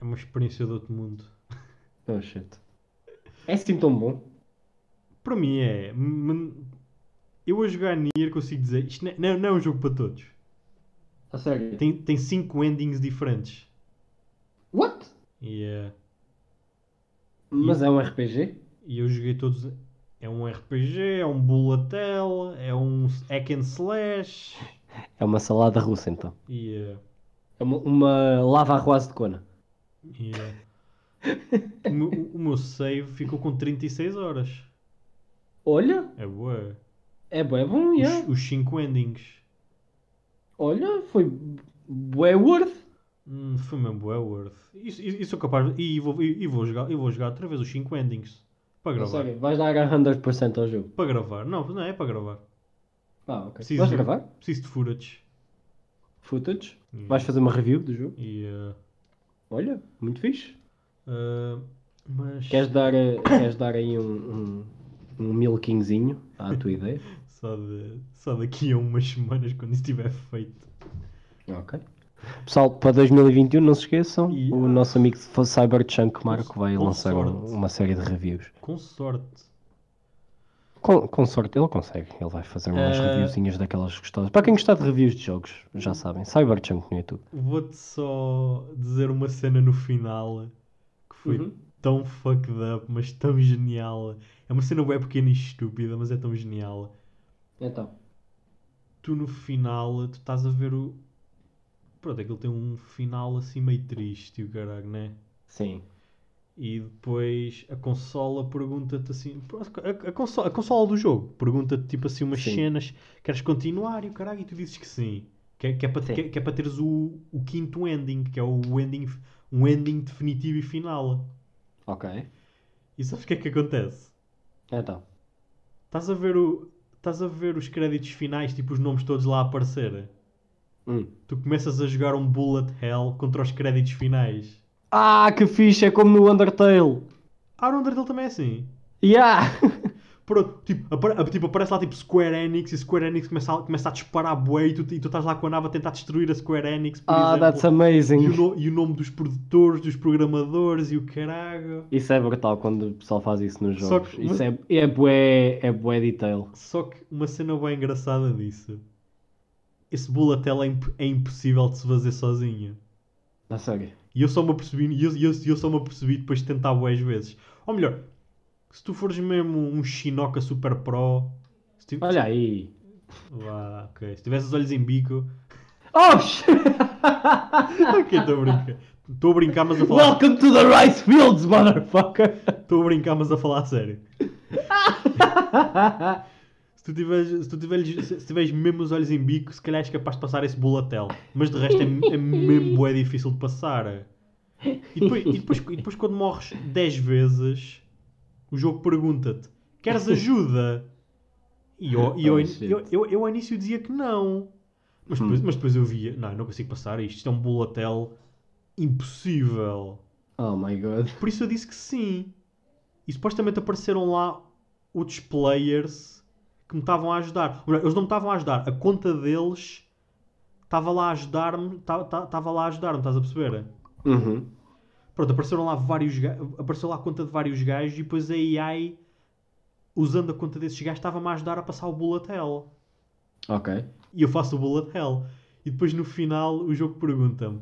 É uma experiência de outro mundo.
Oh shit. É assim tão bom.
Para mim é. m- m- Eu a jogar Nier consigo dizer. Isto não é, não é um jogo para todos.
A sério.
Tem, tem cinco endings diferentes.
What?
Yeah.
Uhum.
Mas é um RPG?
E eu joguei todos. É um RPG, é um bullet hell, é um hack and slash.
É uma salada russa, então.
Yeah.
É uma, uma lava arroz de cona.
Yeah. o, meu, o meu save ficou com 36 horas.
Olha,
É boa.
é bom, é bom, yeah.
Os 5 endings.
Olha, foi bué worth.
Hum, foi mesmo bué worth. Isso, isso, isso sou capaz. E vou, e, e vou jogar, e vou jogar outra vez os 5 endings. Para
A
gravar.
sério.
Vais dar 100% ao jogo.
Para gravar. Não, não é para gravar.
Ah, ok.
Preciso
Vais
de-
gravar?
Preciso de footage.
Footage?
Yeah.
Vais fazer uma review do jogo?
Yeah.
Olha, muito fixe.
Ah, mas.
Queres dar, eh, queres dar aí um, um, um milkingzinho à tua
[laughs]
ideia?
Só, de- só daqui a umas semanas, quando isso estiver feito.
Ok. Pessoal, para 2021, não se esqueçam,
E-
o nosso amigo Cyberchunk Marco
Com-
vai
com
lançar um-
sorte.
uma série de reviews.
Com sorte.
Com, com sorte, ele consegue. Ele vai fazer umas
Eh,
reviewzinhas daquelas gostosas. Para quem gostar de reviews de jogos, já sabem, Cyberchunk no YouTube.
Vou-te só dizer uma cena no final que foi
Uhum.
tão fucked up, mas tão genial. É uma cena web pequena e estúpida, mas é tão genial.
Então.
Tu no final, tu estás a ver o. Pronto, aquilo tem um final assim meio triste, e o caralho, né?
Sim.
E depois a consola pergunta-te assim. A, a consola, a consola do jogo pergunta-te tipo assim umas
Sim.
cenas: queres continuar? E o caralho, e tu dizes que sim. Que é, que é para
Sim.
que é, que é para teres o, o quinto ending, que é o ending, um ending definitivo e final.
Ok.
E sabes o que é que acontece?
Então.
Estás a ver o. Estás a ver os créditos finais, tipo os nomes todos lá a aparecer.
Hum.
Tu começas a jogar um Bullet Hell contra os créditos finais.
Ah, que fixe! É como no Undertale!
Ah, o Undertale também é assim.
Yeah!
Pronto, tipo, apare- ap- tipo, aparece lá tipo Square Enix e Square Enix começa a, começa a disparar bué e tu, e tu estás lá com a nave a tentar destruir a Square Enix, por
Ah, that's
exemplo. E o,
amazing!
no- e o nome dos produtores, dos programadores e o caralho.
Isso é brutal quando o pessoal faz isso nos
Só
jogos.
que-
Isso é, é bué, é bué detail.
Só que uma cena bem engraçada disso. Esse bullet hell é, imp- é impossível de se fazer sozinho.
Na sério.
E eu só me apercebi, e eu, e eu, e eu só me apercebi depois de tentar bué às vezes. Ou melhor, se tu fores mesmo um Shinoka Super Pro... Se tiv-
Olha aí!
Vá, ok. Se tivesse os olhos em bico...
Oh!
[laughs] Ok, estou a brincar. Estou a brincar, mas a falar.
[laughs] Welcome to the rice fields, motherfucker! [laughs]
Estou a brincar, mas a falar a sério. Se tu tiveres, se tu tiveres, se se tiveres mesmo os olhos em bico, se calhar és capaz de passar esse bulatel. Mas de resto é, é mesmo é difícil de passar. E depois, e depois, e depois quando morres 10 vezes, o jogo pergunta-te: queres ajuda? E eu, e eu,
Oh,
eu,
shit. Hum.
eu, eu ao início dizia que não. Mas depois, mas depois eu via: não, eu não consigo passar isto. Isto é um bulatel impossível.
Oh my god.
Por isso eu disse que sim. E supostamente apareceram lá outros players que me estavam a ajudar. Ou melhor, Eles não me estavam a ajudar. A conta deles estava lá a ajudar-me. Estava lá a ajudar-me, estás a perceber?
Uhum.
Pronto, apareceram lá vários ga- apareceu lá a conta de vários gajos e depois a AI, usando a conta desses gajos, estava-me a ajudar a passar o bullet hell.
Ok.
E eu faço o bullet hell. E depois no final o jogo pergunta-me: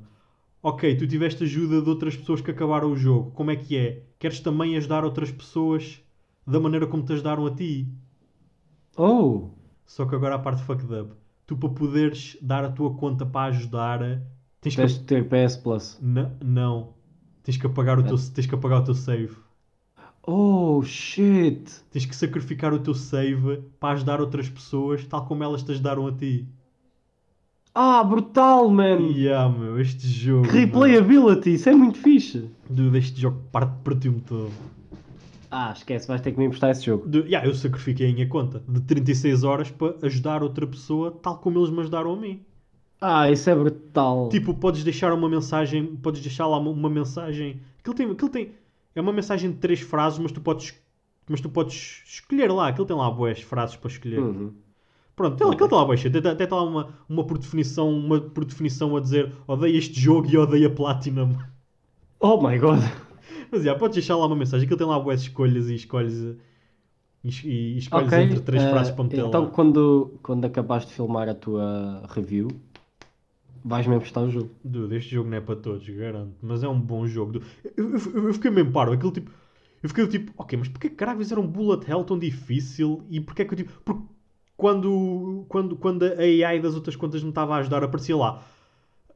Ok, tu tiveste ajuda de outras pessoas que acabaram o jogo, como é que é? Queres também ajudar outras pessoas da maneira como te ajudaram a ti?
Oh!
Só que agora a parte fucked up: tu para poderes dar a tua conta para ajudar, tens que.
Tens de ter PS Plus.
Na- Não. Tens que, apagar o teu, tens que apagar o teu save.
Oh shit!
Tens que sacrificar o teu save para ajudar outras pessoas, tal como elas te ajudaram a ti.
Ah, brutal, man!
Yeah, meu, este jogo. meu.
Replayability, isso é muito fixe!
Dude, este jogo parte- partiu-me todo.
Ah, esquece, vais ter que me emprestar esse jogo.
De, yeah, eu sacrifiquei a minha conta de 36 horas para ajudar outra pessoa, tal como eles me ajudaram a mim.
Ah, isso é brutal!
Tipo, podes deixar uma mensagem, podes deixar lá uma, uma mensagem. Aquilo tem, aquilo tem. É uma mensagem de três frases, mas tu podes. Mas tu podes escolher lá, aquilo tem lá boas frases para escolher.
Uhum.
Pronto, tem lá- aquilo tem tá lá boas. Até, até tem lá uma, uma por definição, uma por definição a dizer odeio este jogo e odeio a Platinum. [laughs]
Oh my god!
Mas yeah, podes deixar lá uma mensagem, aquilo tem lá boas escolhas e escolhes e, e escolhes
Ok,
entre três
eh,
frases para meter
então
lá.
quando, quando acabaste de filmar a tua review, vais mesmo estar o jogo.
Dude, este jogo não é para todos, garanto. Mas é um bom jogo. dude. Eu, eu- eu fiquei mesmo paro. Aquilo tipo. Eu fiquei tipo, ok, mas porquê que caralho fizeram um Bullet Hell tão difícil? E porquê que eu tipo. Porque quando, quando, quando a AI das outras contas me estava a ajudar, aparecia lá.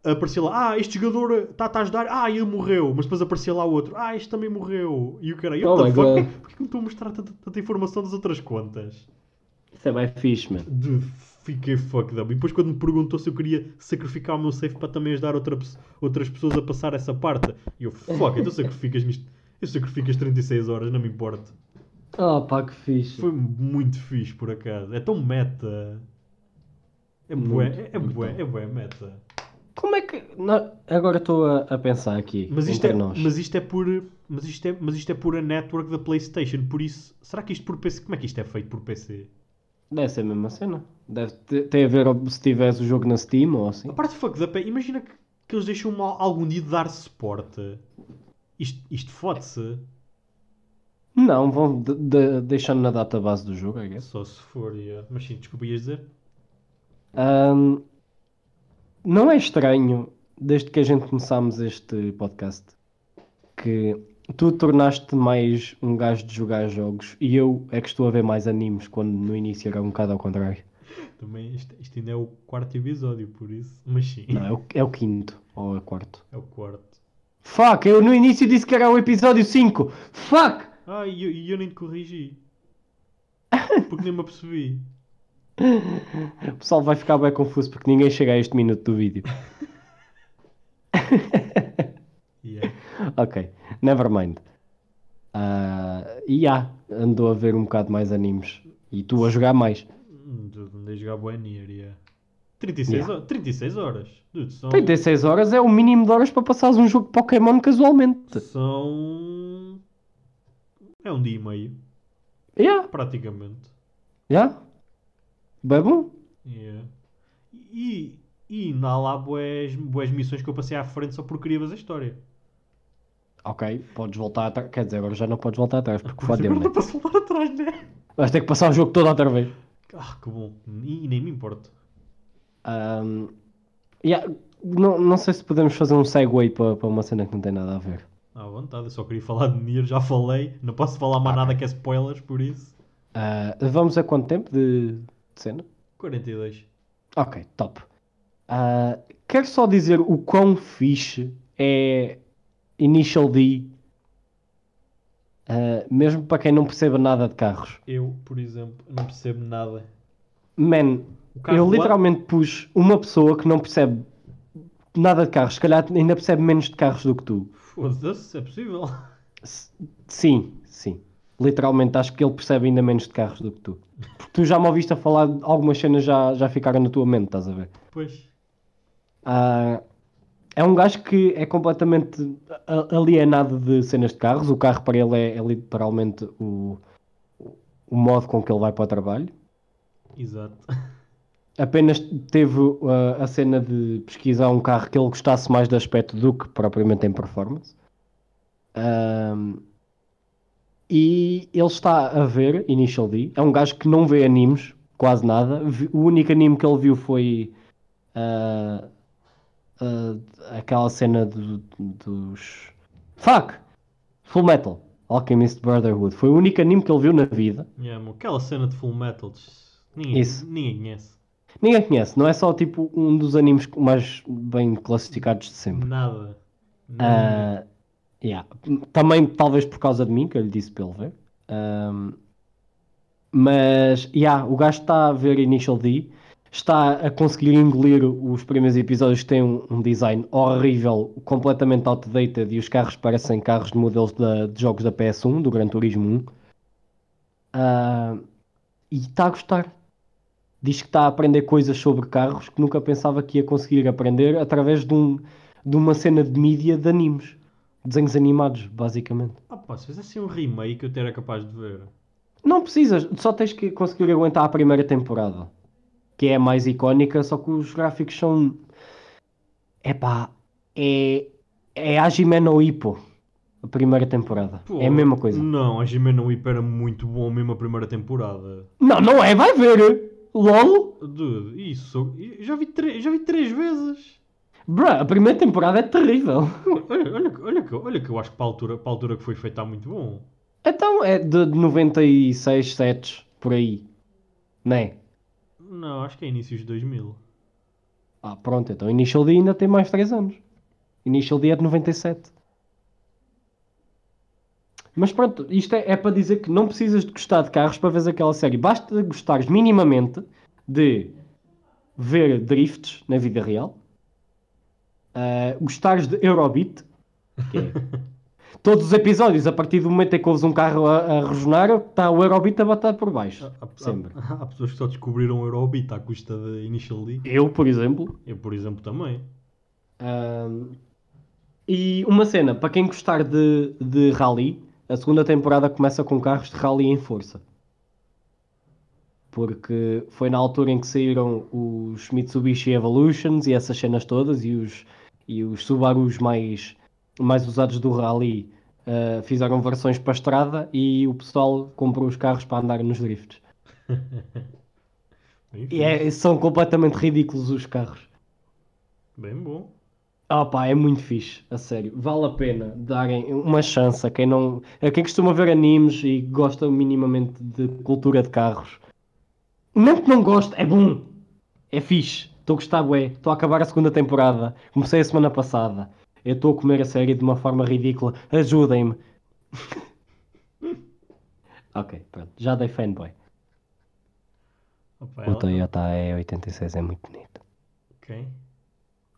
Aparecia lá, ah, este jogador está a ajudar, ah, ele morreu. Mas depois aparecia lá outro, ah, este também morreu. E o caralho,
Oh
what the
my
fuck?
God.
Porquê- Porquê que me estão a mostrar tanta, tanta informação das outras contas?
Isso é bem fixe, mano.
De fiquei fucked up. E depois quando me perguntou se eu queria sacrificar o meu safe para também ajudar outra pe- outras pessoas a passar essa parte, e eu, fuck, então sacrificas nisto. Eu sacrifico as 36 horas, não me importa.
Ah,
Oh, pá, que fixe.
Foi muito fixe, por acaso. É tão meta. É bué,
Muito,
é, é
muito
bué,
bom.
é bué meta.
Como é que. na- Agora estou a, a pensar aqui.
Mas isto,
entre
é,
nós.
mas isto é por... Mas isto é, mas isto é por a network da Playstation, por isso... Será que isto por PC... Como é que isto é feito por PC?
Deve ser a mesma cena. Deve ter, ter a ver se tivesse o jogo na Steam ou assim.
A parte fucked up é, imagina que, que eles deixam mal algum dia de dar suporte. Isto, isto fode-se.
Não, vão de- de- deixando na database do jogo, I guess.
Só se for, yeah. mas sim, desculpa, ias dizer?
Ahm, não é estranho, desde que a gente começámos este podcast, que tu tornaste mais um gajo de jogar jogos e eu é que estou a ver mais animes quando no início era um bocado ao contrário.
Também, isto, isto ainda é o quarto episódio, por isso. Mas sim,
Não, é o, é o quinto ou é o quarto.
é o quarto.
Fuck, eu no início disse que era o episódio 5. Fuck!
Ah, e eu, e eu nem te corrigi. Porque nem me apercebi.
O pessoal vai ficar bem confuso porque ninguém chega a este minuto do vídeo.
Yeah.
Ok, nevermind. Ah, e há, andou a ver um bocado mais animes. E tu a jogar mais.
Hum, Dude, andei a jogar Boa Nier, yeah. 36,
Yeah.
horas- 36 horas. Dude, são,
36 horas é o mínimo de horas para passares um jogo de Pokémon casualmente.
são. É um dia e meio,
Já,
praticamente.
já. Bem bom.
Yeah. E, e ainda há lá boas, boas missões que eu passei à frente só porque queria fazer a história.
Ok, podes voltar atrás. Quer dizer, agora já não podes voltar atrás porque
Mas
fodeu,
agora
né?
é não posso voltar atrás, né?
Vais ter que passar o jogo todo outra vez.
Ah, que bom. E, e nem me importo.
Ahm, yeah, Não, não sei se podemos fazer um segue para, para uma cena que não tem nada a ver.
À vontade, eu só queria falar de Nier, já falei. Não posso falar mais nada que é spoilers, por isso.
Ah, vamos a quanto tempo de, de cena?
42.
Ok, top. Ah, quero só dizer o quão fixe é Initial D, ah, mesmo para quem não perceba nada de carros.
Eu, por exemplo, não percebo nada.
Man,
O carro
eu
lá-
literalmente pus uma pessoa que não percebe nada de carros, se calhar ainda percebe menos de carros do que tu.
Foda-se, é possível. [laughs]
S- Sim, sim. Literalmente acho que ele percebe ainda menos de carros do que tu. Porque tu já me ouviste a falar, de algumas cenas já, já ficaram na tua mente, estás a ver?
Pois.
Ah, é um gajo que é completamente a- alienado de cenas de carros. O carro para ele é, é literalmente o, o modo com que ele vai para o trabalho.
Exato.
Apenas teve ah, a cena de pesquisar um carro que ele gostasse mais de aspecto do que propriamente em performance. Ahm, e ele está a ver Initial D. É um gajo que não vê animes, quase nada. Vi- O único anime que ele viu foi ah, ah, aquela cena do- dos. Fuck! Full Metal Alchemist Brotherhood. Foi o único anime que ele viu na vida.
Yeah, meu, aquela cena de Full Metal. tch, Ninguém,
Isso.
ninguém conhece.
Ninguém conhece, não é só tipo um dos animes mais bem classificados de sempre.
Nada.
Ah,
Nada.
yeah. Também talvez por causa de mim, que eu lhe disse para ele ver. Ahm, mas yeah, o gajo está a ver Initial D, está a conseguir engolir os primeiros episódios que têm um, um design horrível, completamente outdated, e os carros parecem carros de modelos da- de jogos da PS1, do Gran Turismo 1. Ah, e está a gostar. Diz que está a aprender coisas sobre carros que nunca pensava que ia conseguir aprender através de, um, de uma cena de mídia de animes. Desenhos animados, basicamente.
Ah, pá, se fizesse um remake eu era capaz de ver.
Não precisas, só tens que conseguir aguentar a primeira temporada, que é a mais icónica, só que os gráficos são. Epá, é. É Hajime no Ippo, a primeira temporada.
Pô,
É a mesma coisa.
Não, a Jimena Whip era muito bom mesmo a primeira temporada.
Não, não é, vai ver! LOL!
Dude, isso. eu Já vi, tre- já vi três vezes.
Bruh, a primeira temporada é terrível.
Olha, olha, que- olha, que, olha que eu acho que para a altura, para a altura que foi feita está muito bom.
Então é de 96, 7 por aí. Né?
Não, acho que é inícios de 2000.
Ah, pronto, então Initial D ainda tem mais 3 anos. Initial D é de 97. Mas pronto, isto é, é para dizer que não precisas de gostar de carros para ver aquela série. Basta gostares minimamente de ver drifts na vida real, ah, gostares de Eurobeat, que [laughs] é todos os episódios, a partir do momento em que ouves um carro a, a rosnar, está o Eurobeat a bater por baixo.
Há, há-
Sempre.
há- há pessoas que só descobriram o Eurobeat à custa da Initial D.
Eu, por exemplo,
Eu, por exemplo, também.
Ahm, e uma cena, para quem gostar de, de rally, a segunda temporada começa com carros de rally em força. Porque foi na altura em que saíram os Mitsubishi Evolutions e essas cenas todas e os, e os Subarus mais, mais usados do rally ah, fizeram versões para a estrada e o pessoal comprou os carros para andar nos drifts.
Bem,
E é- são completamente ridículos os carros.
bem bom.
Ah pá, é muito fixe, a sério. Vale a pena darem uma chance a quem não, a quem costuma ver animes e gosta minimamente de cultura de carros. Não que não goste, é bom. É fixe. Estou a gostar, bué. Estou a acabar a segunda temporada. Comecei a semana passada. Eu estou a comer a série de uma forma ridícula. Ajudem-me. [laughs] ok, pronto. Já dei fanboy.
Opa,
O
ela...
Toyota E86 tá, é muito bonito.
Ok.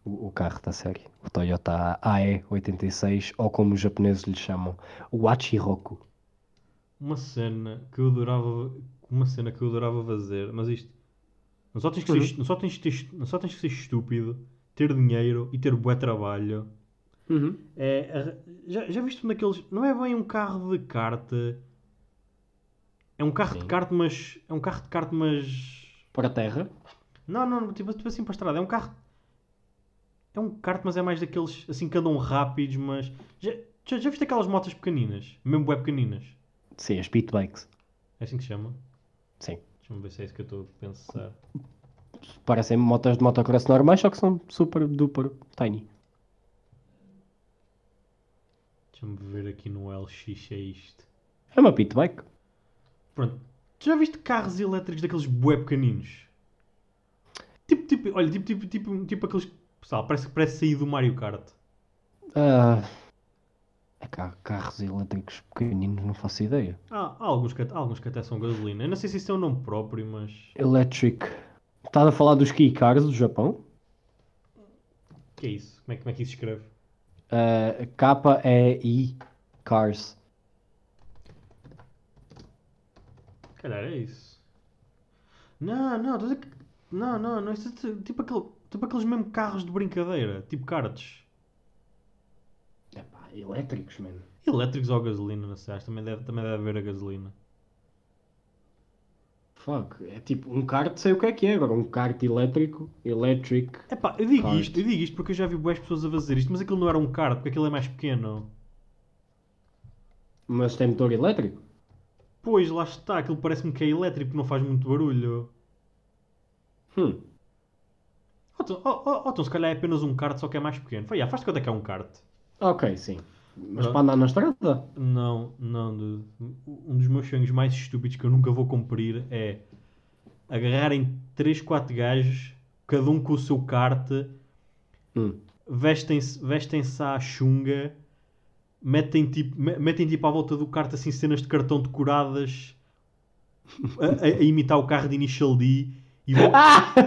o o carro da série, o Toyota AE86, ou como os japoneses lhe chamam, o Achiroku.
Uma cena que eu adorava. Uma cena que eu adorava fazer, mas isto. Não só tens que ser,
Uhum.
est- não só tens que ter est- não só tens que ser estúpido, ter dinheiro e ter bué trabalho.
Uhum.
É, arra- já, já viste um daqueles. Não é bem um carro de kart. É um carro de
Sim.
kart, mas. É um carro de kart, mas.
Para a terra,
Não, não, tipo, tipo assim para a estrada. É um carro. É um kart, mas é mais daqueles assim que andam rápidos, mas. Já, já, já viste aquelas motas pequeninas? Mesmo bué pequeninas?
sim, as pitbikes.
É assim que se chama?
Sim.
Deixa-me ver se é isso que eu estou a pensar.
Parecem motas de motocross normais, só que são super duper tiny.
Deixa-me ver aqui no LX é isto.
É uma pitbike.
Pronto. Tu já viste carros elétricos daqueles bué pequeninos? Tipo, tipo, olha, tipo, tipo, tipo, tipo aqueles. que, Pessoal, parece, parece sair do Mario Kart.
Ah, é ca- carros elétricos pequeninos, não faço ideia.
Há, há alguns que, há alguns que até são gasolina. Eu não sei se isso é o nome próprio, mas.
Electric. Estás a falar dos Key Cars do Japão?
Que é isso? Como é, que- como é que isso se escreve?
Ah, K-E-I Cars.
Calhar é isso. Não, não, estou a dizer que. Não, não, não. Isso é ti- tipo, aquele, tipo aqueles mesmo carros de brincadeira. Tipo karts.
Epá, elétricos, mano.
Elétricos ou gasolina, não sei. acho que Também deve, também deve haver a gasolina.
Fuck, é tipo um kart, sei o que é que é agora, um kart elétrico, electric.
Epá, eu digo
Kart.
isto, eu digo isto porque eu já vi boas pessoas a fazer isto, mas aquilo não era um kart, porque aquilo é mais pequeno.
Mas tem motor elétrico?
Pois, lá está, aquilo parece-me que é elétrico, não faz muito barulho.
Hum,
Ou então, ou- ou- ou então, se calhar é apenas um kart, só que é mais pequeno. Foi, ah, faz de conta que é um kart.
ok, sim. Mas
Não.
para andar na estrada?
Não, não, dude. um dos meus sonhos mais estúpidos que eu nunca vou cumprir é agarrarem 3, 4 gajos, cada um com o seu kart,
Hum. [laughs]
vestem-se vestem-se à chunga, metem tipo, me- metem tipo à volta do kart assim cenas de cartão decoradas a, a- a imitar o carro de Initial D
[laughs]
e vão,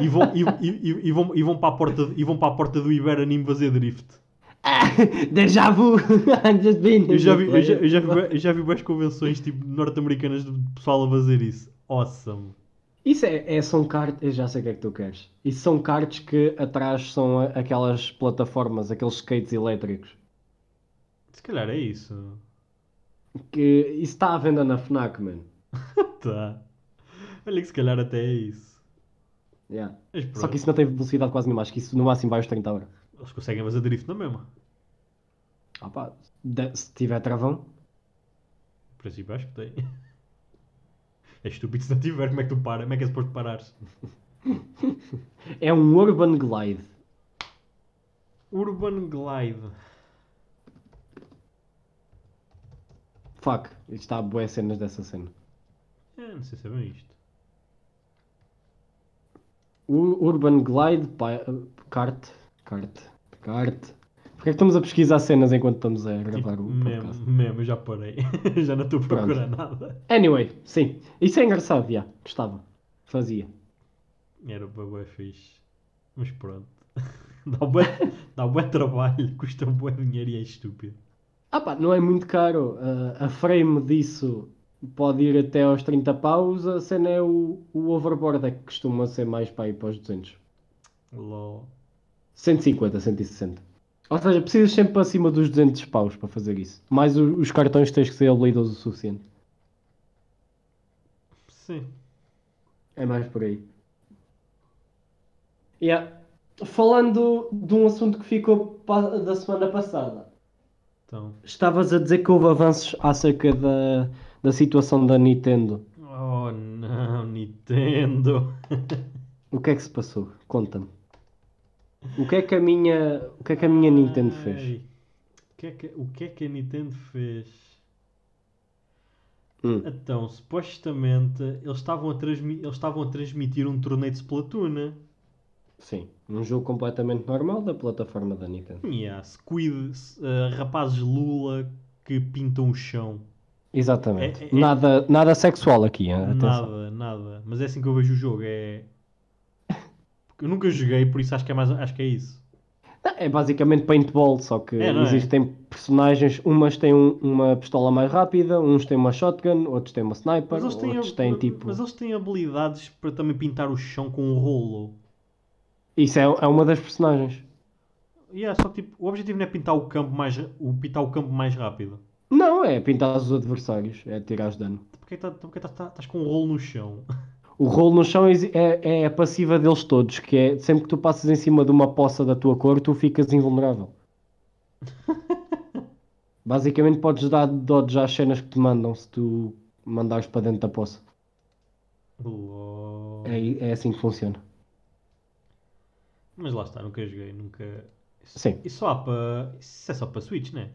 e vão, e, e- e- e vão, e vão para a porta, e vão para a porta do Iberanime fazer drift.
Déjà vu! [laughs] I'm just being
Eu já vi, eu já, eu já vi, bué- eu já vi boas convenções tipo norte-americanas de pessoal a fazer isso. Awesome.
Isso é, é- são kart, eu já sei o que é que tu queres. Isso são karts que atrás são a- aquelas plataformas, aqueles skates elétricos.
Se calhar é isso.
Que isso está à venda na FNAC, mano.
Tá. Olha que se calhar até é isso.
Yeah.
Mas
Só
pronto,
que isso não tem velocidade quase nenhuma, acho que isso no máximo vai aos 30 horas.
eles conseguem fazer drift na mesma.
Ah pá, de- se tiver travão,
Por princípio acho que tem. [laughs] É estúpido se não tiver, como é que tu para? Como é que é suposto parares?
é um Urban Glide.
Urban Glide.
Fuck, isto está a boas cenas dessa cena.
É, não sei se é bem isto.
U- Urban Glide pi- uh, Kart. Kart. Kart. Porquê é que estamos a pesquisar cenas enquanto estamos a gravar o podcast?
Tipo Mesmo, mesmo, eu já parei. [laughs] já não estou a procurar nada.
Anyway, sim. Isso é engraçado, já. Gostava. Fazia.
Era para bué fixe. Mas pronto. [laughs] dá bué, dá bué trabalho, [laughs] custa bué dinheiro e é estúpido.
Ah pá, não é muito caro. Ah, a frame disso pode ir até aos 30 paus. A cena é o, o overboard, é que costuma ser mais para ir para os 200.
LOL.
150, 160. Ou seja, precisas sempre acima dos 200 paus para fazer isso. Mais o- os cartões tens que ser habilidoso o suficiente.
Sim.
É mais por aí. Yeah. Falando de um assunto que ficou pa- da semana passada.
Então.
Estavas a dizer que houve avanços acerca da, da situação da Nintendo.
Oh não, Nintendo.
O que é que se passou? Conta-me. O que é que a minha, o que é que a minha Nintendo fez?
Ai, O que, é que, o que é que a Nintendo fez?
Hum.
Então, supostamente, eles estavam a, transmi- eles estavam a transmitir um torneio de Splatoon, né?
Sim, um jogo completamente normal da plataforma da Nintendo.
E há Squid, s- eh, rapazes Lula que pintam o chão.
Exatamente.
É- é- é-
Nada, nada sexual aqui, hein? Ah, atenção.
Nada, nada. Mas é assim que eu vejo o jogo, é... Porque Eu nunca joguei, por isso acho que é, mais... acho que é isso.
É basicamente paintball, só que
É, não é?
existem personagens, umas têm um- uma pistola mais rápida, uns têm uma shotgun, outros têm uma sniper,
Mas eles têm,
outros têm
mas-
tipo.
mas eles têm habilidades para também pintar o chão com um rolo.
Isso é, é uma das personagens.
E é só que, tipo, o objetivo não é pintar o campo mais, ra- o, pintar o campo mais rápido.
Não, é pintar os adversários, é tirar dano.
Porquê tá- porquê tá- tá- estás com um rolo no chão? [laughs]
O rolo no chão é, é- é a passiva deles todos, que é sempre que tu passas em cima de uma poça da tua cor, tu ficas
[laughs]
invulnerável. Basicamente podes dar dodge às cenas que te mandam se tu mandares para dentro da poça.
Lol.
É, é assim que funciona.
Mas lá está, nunca joguei, nunca. Isso-
Sim.
Isso, só há para. Isso é só para Switch, né?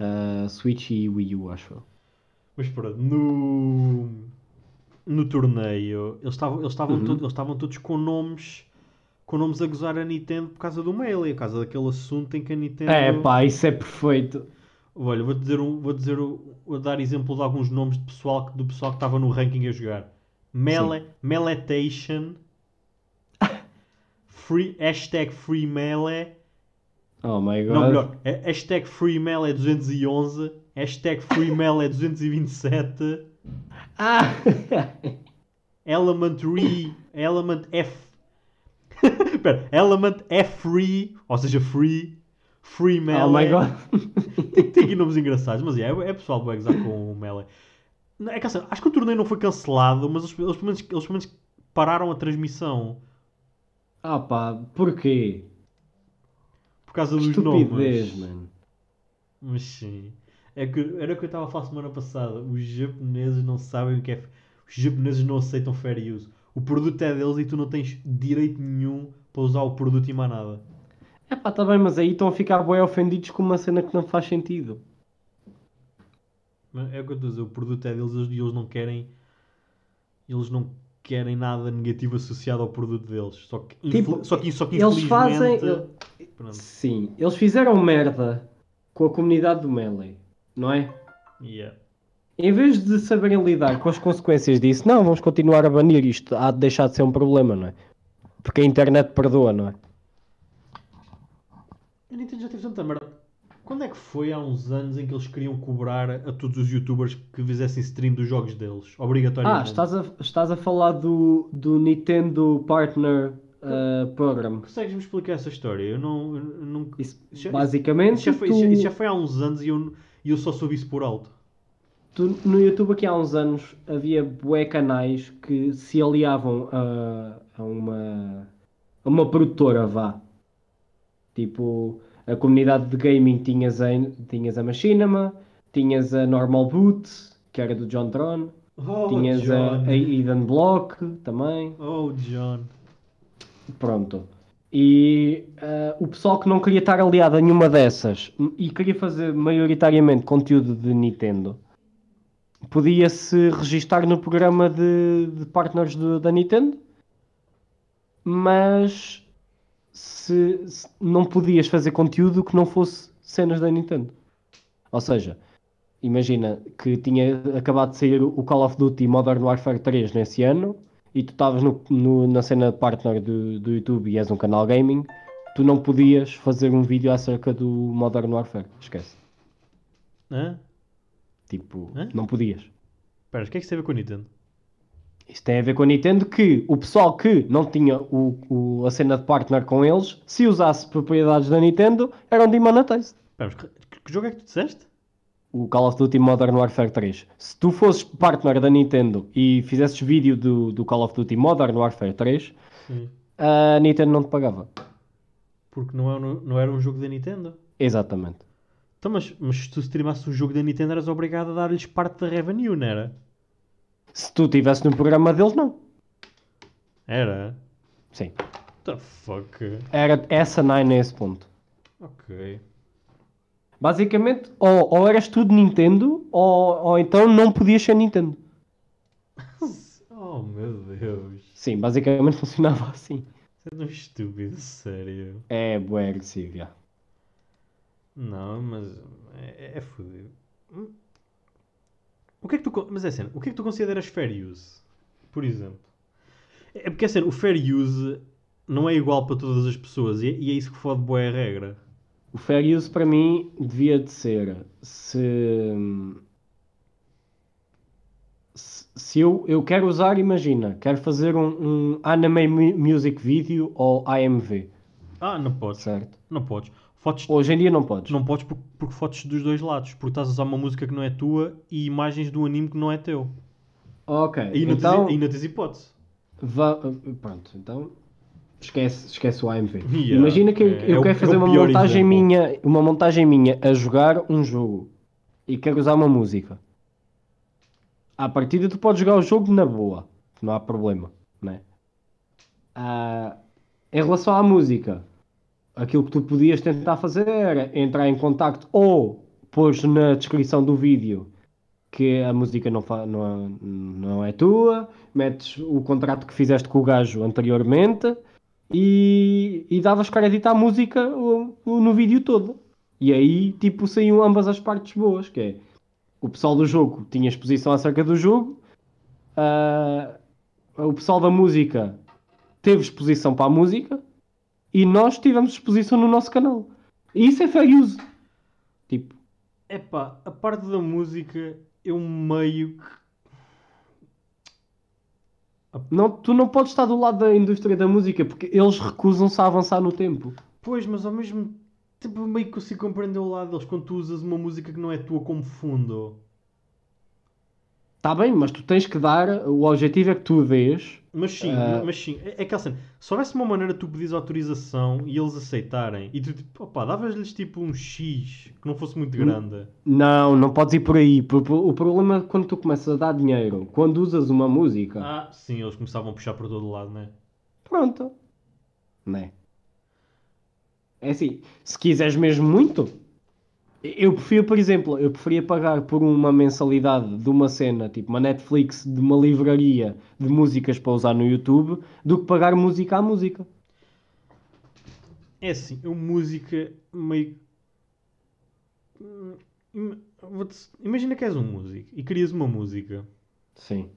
Ah, Switch e Wii U, acho eu.
Mas pronto, no. No torneio, eles estavam eles estavam
Uhum.
todos, eles estavam todos com nomes. Com nomes a gozar a Nintendo por causa do mail e por causa daquele assunto em que a Nintendo.
É pá, isso é perfeito.
Olha, vou dizer um, vou dizer um- vou dar exemplo de alguns nomes de pessoal que- do pessoal que estava no ranking a jogar. Mele,
[laughs]
Meletation, free, hashtag Free Mele,
Oh my god.
não melhor, é hashtag é Free Mele 211, hashtag é Free Mele 227,
Ah!
[laughs] Element Re, Element F, [laughs] Espera, Element F Free, ou seja, Free, Free Mele.
oh my god. [laughs]
Tem, tem aqui nomes engraçados, mas é, é pessoal que vai gozar com o Melee. Não, É que, assim, acho que o torneio não foi cancelado, mas eles, eles, pelo menos, eles pelo menos pararam a transmissão
Ah pá, porquê?
por causa
Que
dos
estupidez,
nomes.
mano.
Mas sim. É que, era o que eu estava a falar semana passada. Os japoneses não sabem o que é. f- Os japoneses não aceitam fair use. O produto é deles e tu não tens direito nenhum para usar o produto e mais nada.
É pá, tá bem, mas aí estão a ficar bem ofendidos com uma cena que não faz sentido.
Mas É o que eu estou a dizer, o produto é deles e eles não querem. Eles não querem nada negativo associado ao produto deles. Só que, infel-
Tipo,
só que, só que
Eles fazem.
infelizmente- Pronto.
Sim, eles fizeram merda com a comunidade do Melee, não é?
Yeah.
Em vez de saberem lidar com as consequências disso, não, vamos continuar a banir isto. Há de deixar de ser um problema, não é? Porque a internet perdoa, não é?
A Nintendo já teve tanta merda. Quando é que foi há uns anos em que eles queriam cobrar a todos os youtubers que fizessem stream dos jogos deles?
Ah,
Obrigatoriamente.
estás a, estás a falar do, do Nintendo Partner eh, Program.
Consegues-me explicar essa história? Eu não. Eu não...
Isso,
Isso já-
basicamente,
Isso, já foi,
tu,
isso já- isso já foi há uns anos e eu, e eu só soube isso por alto.
tu- no YouTube aqui há uns anos havia bué canais que se aliavam a, a uma, a uma produtora, vá. Tipo, a comunidade de gaming tinhas a, tinhas a Machinima, tinhas a Normal Boot, que era do John Tron,
Oh,
tinhas a,
John.
a Eden Block também.
Oh, John.
Pronto. E eh, o pessoal que não queria estar aliado a nenhuma dessas e queria fazer maioritariamente conteúdo de Nintendo podia se registar no programa de, de partners do- da Nintendo, mas se, se não podias fazer conteúdo que não fosse cenas da Nintendo. Ou seja, imagina que tinha acabado de sair o Call of Duty Modern Warfare 3 nesse ano e tu estavas no- no- na cena partner do, do YouTube e és um canal gaming, tu não podias fazer um vídeo acerca do Modern Warfare. Esquece.
Hã?
Tipo,
Hã?
não podias.
Espera, o que é que isso tem a ver com a Nintendo?
Isso tem a ver com a Nintendo que o pessoal que não tinha o, o- a cena de partner com eles, se usasse propriedades da Nintendo, eram demonetized.
Espera, mas que- que, que jogo é que tu disseste?
O Call of Duty Modern Warfare 3. Se tu fosses partner da Nintendo e fizesses vídeo do, do Call of Duty Modern Warfare 3,
Sim.
a Nintendo não te pagava.
Porque não, é, um- não era um jogo da Nintendo.
Exatamente.
Então, mas, mas se tu streamasses um jogo da Nintendo, eras obrigado a dar-lhes parte da revenue, não era?
Se tu estivesse no programa deles, não.
Era?
Sim.
What the fuck?
Era essa nine nesse ponto.
Ok.
Basicamente, ou, ou eras tu de Nintendo, ou, ou então não podias ser Nintendo.
Oh meu Deus.
Sim, basicamente [laughs] funcionava assim.
Você é um estúpido, sério.
É bué agressivo, já.
Não, mas é, é fodido. Hum. O que é que tu. con- Mas é cena, o que é que tu consideras fair use? Por exemplo. É porque é cena, o fair use não é igual para todas as pessoas e, e é isso que fode boa a regra.
O fair use para mim devia de ser se. Se se eu, eu quero usar, imagina, quero fazer um, um anime mu- music video ou AMV,
Ah, não podes.
certo?
Não podes. Fotos.
Hoje em dia não podes.
Não podes porque, porque fotos dos dois lados. Porque estás a usar uma música que não é tua e imagens de um anime que não é teu.
Ok,
Aí não,
então.
tens, aí não tens hipótese.
va- Pronto, então. Esquece, esquece o AMV.
[laughs] Yeah,
imagina que eu,
é-
eu
é o-
quero
é o
fazer uma
pior
montagem
exemplo.
minha, uma montagem minha a jogar um jogo e quero usar uma música. À partida tu podes jogar o jogo na boa, não há problema, né? Ah, em relação à música, aquilo que tu podias tentar fazer era entrar em contacto ou pôs na descrição do vídeo que a música não, fa- não, é- não é tua, metes o contrato que fizeste com o gajo anteriormente e, e davas crédito à música o- o- no vídeo todo. E aí, tipo, saíam ambas as partes boas, que é o pessoal do jogo tinha exposição acerca do jogo, ah, o pessoal da música teve exposição para a música e nós tivemos exposição no nosso canal. E isso é fair use. Tipo,
Epá, a parte da música eu meio que.
não, tu não podes estar do lado da indústria da música porque eles recusam-se a avançar no tempo.
Pois, mas ao mesmo tempo eu meio que consigo compreender o lado deles quando tu usas uma música que não é tua como fundo.
Está Tá bem, mas tu tens que dar, o objetivo é que tu dês
Mas sim,
Ah.
mas sim. É, é aquela cena. Se houvesse uma maneira de tu pedires autorização e eles aceitarem e tu tipo, opá, davas-lhes tipo um X que não fosse muito grande.
Não, não podes ir por aí. por- por- O problema é quando tu começas a dar dinheiro, quando usas uma música,
Ah, sim, eles começavam a puxar para todo lado, né?
pronto. Né? É assim, se quiseres mesmo muito, eu prefiro, por exemplo, eu preferia pagar por uma mensalidade de uma cena, tipo uma Netflix, de uma livraria de músicas para usar no YouTube, do que pagar música à música.
É assim, eu música meio. Hum, im- vou-te- Imagina que és um músico e querias uma música.
Sim.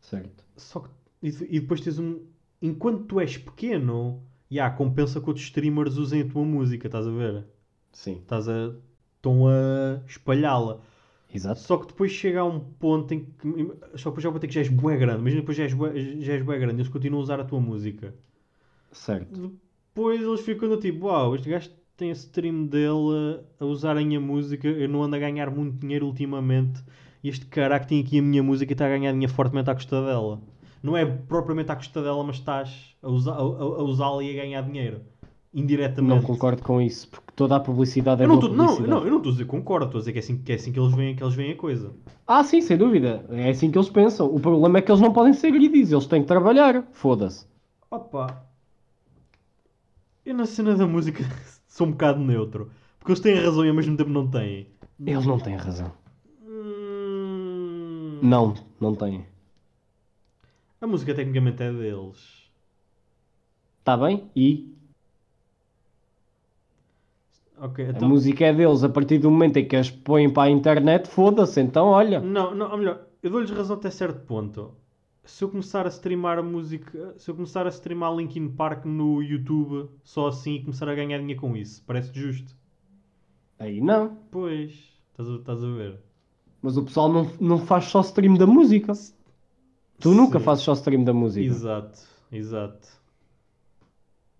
Certo.
Só que, e, de- e depois tens um. Enquanto tu és pequeno, e há compensa que outros streamers usem a tua música, estás a ver?
Sim.
Estás a. Estão a espalhá-la.
Exato.
Só que depois chega a um ponto em que. Só que depois já vou ter que já és bué grande. Imagina depois já és bué, já és bué grande. Eles continuam a usar a tua música.
Certo.
Depois eles ficam do tipo: Uau, este gajo tem esse stream dele a usarem a música. Eu não ando a ganhar muito dinheiro ultimamente. E este caraca tem aqui a minha música e está a ganhar dinheiro fortemente à custa dela. Não é propriamente à custa dela, mas estás a, usa- a- a- a usá-la e a ganhar dinheiro.
Não
Indiretamente.
concordo com isso, porque toda a publicidade é
eu não
boa
estou não,
publicidade.
não, eu não estou a dizer que concordo, estou a dizer que é assim que, é assim que, eles, veem, que eles veem a coisa.
Ah, sim, sem dúvida. É assim que eles pensam. O problema é que eles não podem ser gridis, eles têm que trabalhar. Foda-se.
Opa. Eu na cena da música [laughs] sou um bocado neutro. Porque eles têm razão e ao mesmo tempo não têm.
Eles não têm razão.
Hum,
Não, não têm.
A música tecnicamente é deles.
Está Tá bem? E
Ok,
a
então.
música é deles a partir do momento em que as põem para a internet, foda-se, então olha.
Não, não, ou melhor, eu dou-lhes razão até certo ponto. Se eu começar a streamar a música, se eu começar a streamar Linkin Park no YouTube só assim e começar a ganhar dinheiro com isso, parece justo.
Aí não.
Pois, estás a, estás a ver?
Mas o pessoal não, não faz só stream da música. Tu nunca
Sim.
fazes só stream da música.
Exato, exato.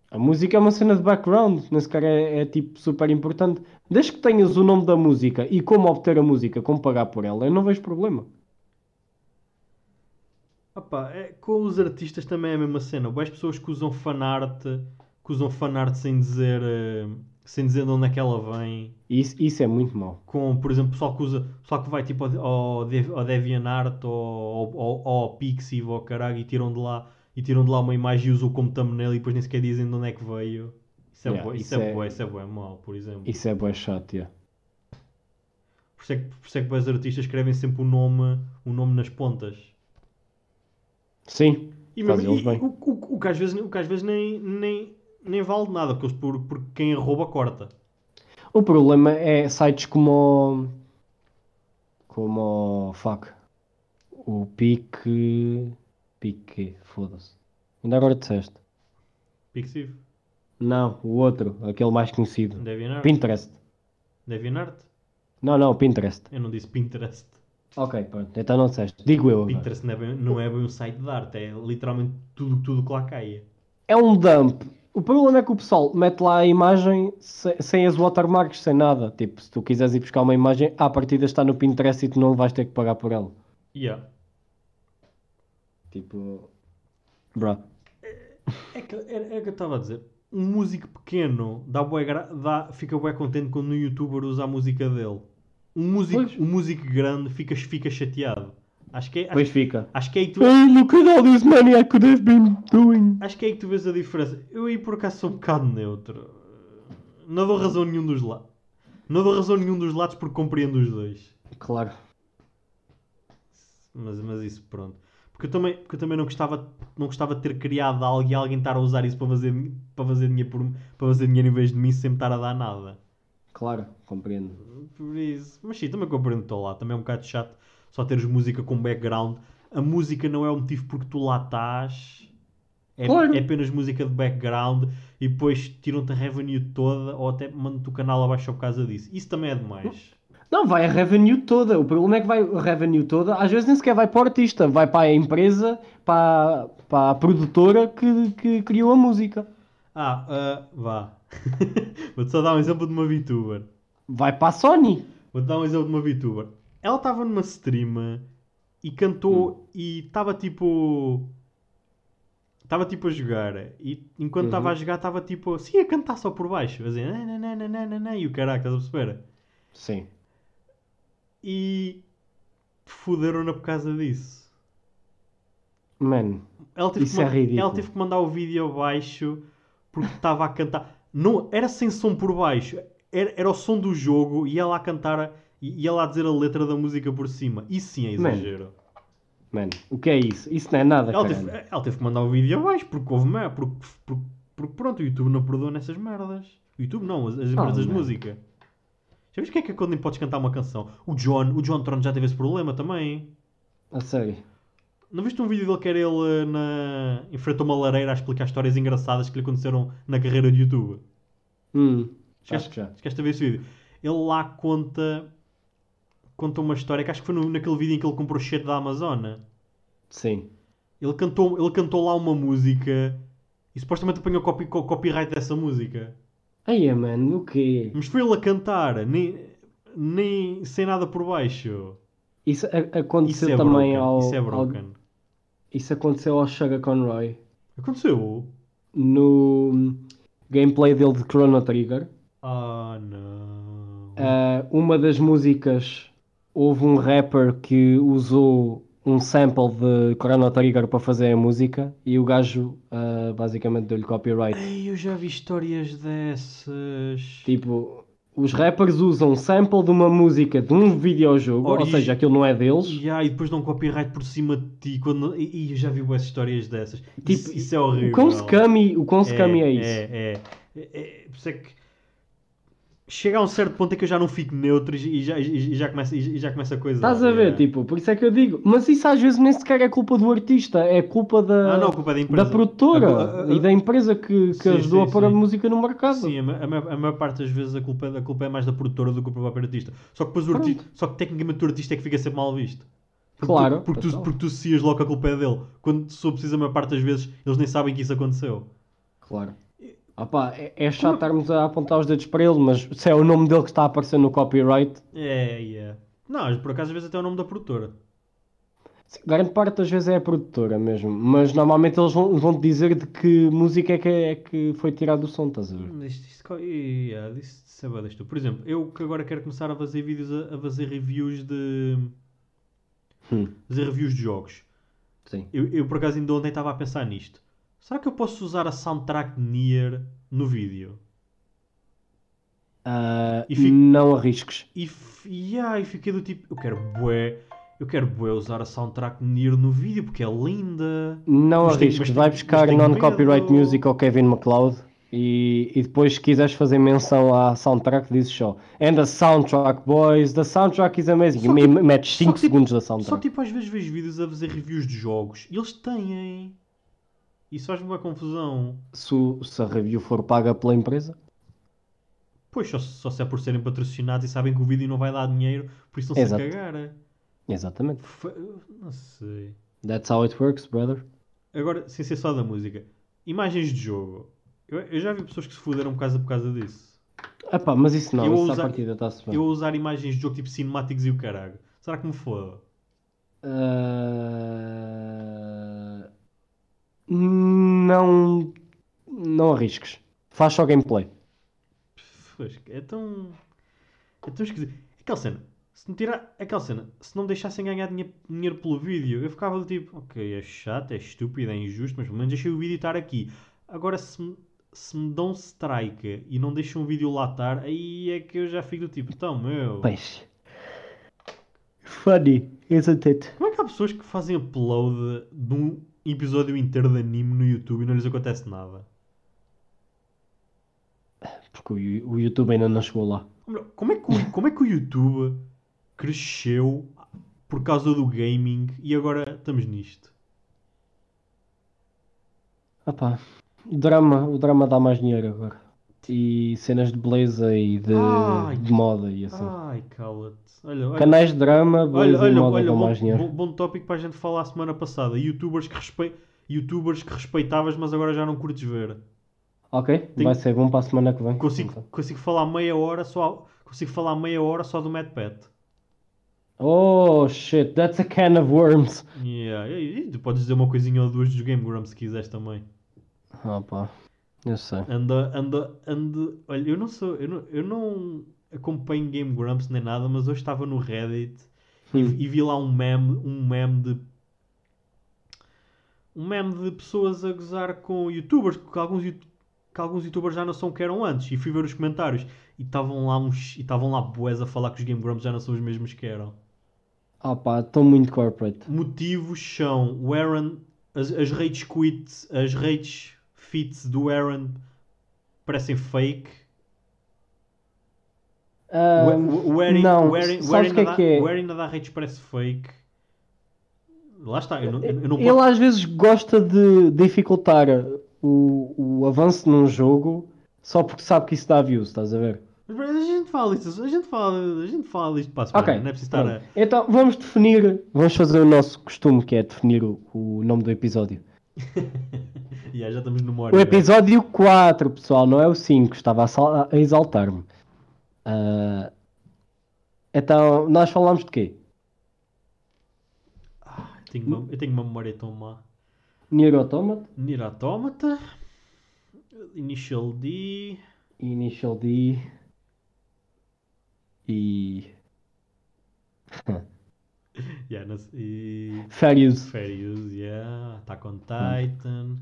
A música é uma cena de background, nem sequer é, é tipo super importante. Desde que tenhas o nome da música e como obter a música, como pagar por ela, eu não vejo problema.
Opá, é, com os artistas também é a mesma cena. Boas pessoas que usam fanart, que usam fanart sem dizer, eh, sem dizer de onde é que ela vem.
Isso, isso é muito mau.
Com, por exemplo, pessoal que usa, pessoal que vai tipo ao, ao, Dev- ao DeviantArt ou ao, ao, ao Pixiv ou caralho e tiram de lá e tiram de lá uma imagem e usam como thumbnail e depois nem sequer dizem de onde é que veio. Isso é
Yeah,
bué, isso,
isso
é
é-
bué, isso é bué mau, por exemplo.
Isso é bué chato, yeah.
Por isso é que, por isso é que os artistas escrevem sempre o nome, o nome nas pontas.
Sim,
E,
Fazem
mesmo-
eles
e-
bem.
O, o- o que às vezes, o que às vezes nem, nem, nem vale de nada, porque, eles- por- porque quem rouba corta.
O problema é sites como o... como o... fuck o Pique Pique, foda-se ainda agora disseste
Pixiv,
não, o outro, aquele mais conhecido
DeviantArt,
Pinterest,
DeviantArt.
não, não, Pinterest
Eu não disse Pinterest.
ok, pronto, então não disseste, digo eu agora.
Pinterest não é, bem, não é bem um site de arte, é literalmente tudo, tudo que lá caia.
é um dump o problema é que o pessoal mete lá a imagem se- sem as watermarks, sem nada tipo, se tu quiseres ir buscar uma imagem à partida está no Pinterest e tu não vais ter que pagar por ela
Yeah.
tipo bro,
É que é, é que eu estava a dizer. Um músico pequeno dá bué gra- dá, fica bué contente quando um youtuber usa a música dele. Um músico,
Pois.
um músico grande fica, fica chateado. Acho que, é,
depois
acho,
fica
acho que é aí que tu,
Hey, look at all this money I could have been doing.
Acho que é aí que tu vês a diferença. Eu aí por acaso sou um bocado neutro. Não dou razão a nenhum dos lados. Não dou razão a nenhum dos lados porque compreendo os dois.
Claro.
Mas, mas isso pronto. Porque eu também, porque eu também não, gostava, não gostava de ter criado algo e alguém estar a usar isso para fazer, para fazer, dinheiro, por, para fazer dinheiro em vez de mim sem me estar a dar nada.
Claro, compreendo.
Por isso. Mas sim, também compreendo que estou lá. Também é um bocado chato só teres música com background. A música não é o motivo porque tu lá estás. É,
Claro.
é apenas música de background e depois tiram-te a revenue toda ou até mandam-te o canal abaixo por causa disso. Isso também é demais.
Não, vai a revenue toda. O problema é que vai a revenue toda. Às vezes nem sequer vai para o artista, vai para a empresa, para, a- para a produtora que, que criou a música.
Ah, ah, vá. [laughs] Vou-te só dar um exemplo de uma VTuber.
Vai para a Sony.
Vou-te dar um exemplo de uma VTuber. Ela estava numa stream e
Hum.
cantou e estava tipo. Estava tipo a jogar. E enquanto
Uhum.
estava a jogar, estava tipo assim a cantar só por baixo. Assim, nananana, e o caraca, estás a perceber?
Sim.
E. Fuderam-na por causa disso.
Mano,
Ela teve,
Isso
que
é
man-
ridículo.
ela teve que mandar o vídeo abaixo porque estava a cantar. Não, era sem som por baixo. Era, era o som do jogo e ela a cantar e e ela a dizer a letra da música por cima. Isso sim é
Mano,
exagero.
mano, o que é isso? Isso não é nada,
Ela
cara.
teve, ela teve que mandar o vídeo abaixo porque houve merda. Porque, porque- porque pronto, o YouTube não perdoa nessas merdas. O YouTube não, é. as, as empresas de
man.
música. Já viste o que é que é quando nem podes cantar uma canção? O John, o John Tron já teve esse problema também.
A sério.
Não viste um vídeo dele que era ele eh, na... enfrentou uma lareira a explicar histórias engraçadas que lhe aconteceram na carreira de YouTube?
Hum, acho
Esquece-
que já.
Esquece de ver esse vídeo. Ele lá conta conta uma história que acho que foi no- naquele vídeo em que ele comprou o cheiro da né? Amazônia.
Sim.
Ele cantou, ele cantou lá uma música e supostamente apanhou copy, co- copyright dessa música.
Aí, mano, o quê?
Mas foi ele a cantar, nem, nem sem nada por baixo.
Isso a-
Isso
aconteceu
é
também
broken.
ao,
Isso é
ao.
broken.
Isso aconteceu ao Sugar Conroy.
Aconteceu?
no hum, gameplay dele de Chrono Trigger.
Ah, não.
É. Ah, uma das músicas houve um rapper que usou um sample de Chrono Trigger para fazer a música e o gajo ah, basicamente deu-lhe copyright.
Ei, eu já vi histórias dessas.
Tipo, os rappers usam um sample de uma música de um videojogo, ou
Origi-
seja, aquilo não é deles.
Ya, e depois dão copyright por cima de ti. Quando... E, e eu já vi boas histórias dessas.
Tipo,
isso, isso é horrível.
O quão scummy, o quão scummy é, isso?
É, é. É- é- por isso é que chega a um certo ponto em que eu já não fico neutro e já, e já, começa, e já começa a coisa.
Estás a ver,
é.
tipo, por isso é que eu digo, mas isso às vezes nem sequer é culpa do artista, é culpa da,
Ah, não, culpa da
da
empresa.
produtora
A- a- a-
e da empresa que, que
ah, Sim,
ajudou
sim,
a pôr a
sim.
música no mercado.
Sim, a, ma- a ma- a maior parte das vezes a culpa, a culpa é mais da produtora do que do próprio artista. Só que, depois o arti- só que tecnicamente o artista é que fica sempre mal visto. Porque
Claro,
Tu, porque, tu,
então.
porque tu associas logo que a culpa é dele. Quando sou preciso, a maior parte das vezes eles nem sabem que isso aconteceu.
Claro. Opá, é, é chato estarmos a apontar os dedos para ele, mas se é o nome dele que está a aparecer no copyright,
É, é. Não, por acaso às vezes até é o nome da produtora.
sim, grande parte das vezes é a produtora mesmo. Mas normalmente eles vão, vão te dizer de que música é que, é que foi tirado o som, estás a ver?
Hum, Isto, isto, co- e, ah, disso- isso é bué disto. Por exemplo, eu que agora quero começar a fazer vídeos, a, a fazer reviews de.
Hum.
fazer reviews de jogos.
Sim.
Eu, eu, por acaso ainda ontem estava a pensar nisto. Será que eu posso usar a soundtrack de Nier no vídeo?
Ah,
E fica-
Não arrisques.
E, f- e, ah, e fiquei do tipo, eu quero bué, eu quero bué usar a soundtrack de Nier no vídeo porque é linda.
Não
Mas tenho-
arrisques.
mas
Vai
tenho-
buscar
mas tenho
non-copyright
medo.
music ao Kevin MacLeod e, e depois, se quiseres fazer menção à soundtrack, dizes só. And the soundtrack, boys. The soundtrack is amazing.
Só
E
que-
me- metes
só
5
que tipo-
segundos da
Só
soundtrack.
que, tipo, às vezes vejo vídeos a fazer reviews de jogos e eles têm. Isso faz-me uma confusão.
Se, o- se a review for paga pela empresa,
Pois, só, só se é por serem patrocinados e sabem que o vídeo não vai dar dinheiro, por isso estão-se a
Exato.
cagar.
exatamente.
Fa- Não sei.
That's how it works, brother.
Agora, sem ser só da música, imagens de jogo. Eu, eu já vi pessoas que se fuderam por causa, por causa disso.
Epá, mas isso não,
Eu
isso
usa-
à partida está-se bem.
Eu a usar imagens de jogo tipo cinemáticos e o caralho. Será que me foda?
Ah, Não. Não arrisques. Faz só gameplay.
Pois, é tão. É tão esquisito. Aquela cena. Se me tirar. Aquela cena. Se não me deixassem ganhar dinhe- dinheiro pelo vídeo, eu ficava do tipo, ok, é chato, é estúpido, é injusto, mas pelo menos deixei o vídeo estar aqui. Agora, se me, se me dão strike e não deixam o vídeo lá estar, aí é que eu já fico do tipo, então, meu.
Peixe. Funny, isn't it?
Como é que há pessoas que fazem upload de um episódio inteiro de anime no YouTube e não lhes acontece nada?
Porque o, Yu- o YouTube ainda não chegou lá.
Ou melhor, Como é que o, como é que o YouTube cresceu por causa do gaming e agora estamos nisto?
Epá, o drama, o drama dá mais dinheiro agora. E cenas de beleza e de,
Ai.
de moda e assim.
Ai, cala-te. Olha, olha,
Canais de drama,
olha,
beleza e
olha,
moda
olha,
dão
bom,
mais dinheiro.
bom, bom tópico para a gente falar a semana passada. Youtubers que, respe... Youtubers que respeitavas, mas agora já não curtes ver.
Ok,
Tem-
vai ser bom para a semana que vem.
Consigo,
Então.
consigo falar meia hora só. Consigo falar meia hora só do Mad Pet.
Oh shit, that's a can of worms.
Yeah. E, e tu podes dizer uma coisinha ou duas dos Game Grumps se quiseres também.
Ah pá, eu sei.
Anda, anda, anda. Olha, eu não sou, eu não, eu não acompanho Game Grumps nem nada, mas hoje estava no Reddit e,
Hum.
e vi lá um meme, um meme de um meme de pessoas a gozar com youtubers, que alguns, yout- que alguns youtubers já não são o que eram antes, e fui ver os comentários e estavam lá uns e estavam lá boés a falar que os Game Grumps já não são os mesmos que eram.
Ah pá, estou muito corporate.
Motivos são o Aaron, as, as rage quits, as rage fits do Aaron parecem fake. O-
Ahm,
o- O Erin
não,
o Erin- o
sabes
Erin
o que é
a dar-
que é?
o Erin a dar hate parece fake. Lá está, eu não, eu eu não
Ele às vezes gosta de dificultar o, o avanço num jogo só porque sabe que isso dá views, estás a ver?
Mas, mas a gente fala disso, a gente fala, a gente fala disto para a semana,
Ok,
não é preciso estar a...
pronto. Então vamos definir, vamos fazer o nosso costume que é definir o, o nome do episódio.
[laughs] Yeah, já estamos numa hora.
O episódio 4, pessoal, não é o 5, estava a, sal- a exaltar-me. Ah, então, nós falámos de quê?
Eu tenho, uma, eu tenho uma memória tão má.
Nier Automata?
Nier Automata, Initial D,
Initial D e
Yeah, nas- e...
Fair use.
Fair use, yeah. Attack
[laughs]
on Titan.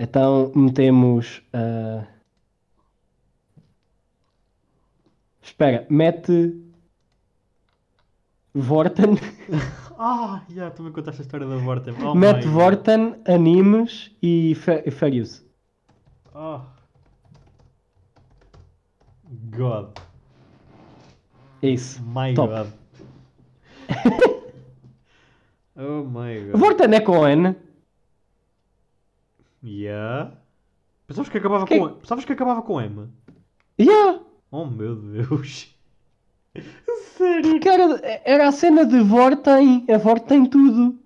Então metemos. ah, Espera, mete. Vorten.
Ah, yeah, tu me contaste a história da Vorten.
[laughs]
Oh
mete
my God.
Vorten, animes e fa- e fair use.
Oh. God.
É isso.
My
Top.
God. [laughs] oh my God.
Vorten é com N.
Yeah. Pensavas que acabava
Que-
com Pensavas que acabava com M?
Yeah!
Oh meu Deus. [laughs] Sério?
Porque era, era a cena de Vorten. A Vorten tudo.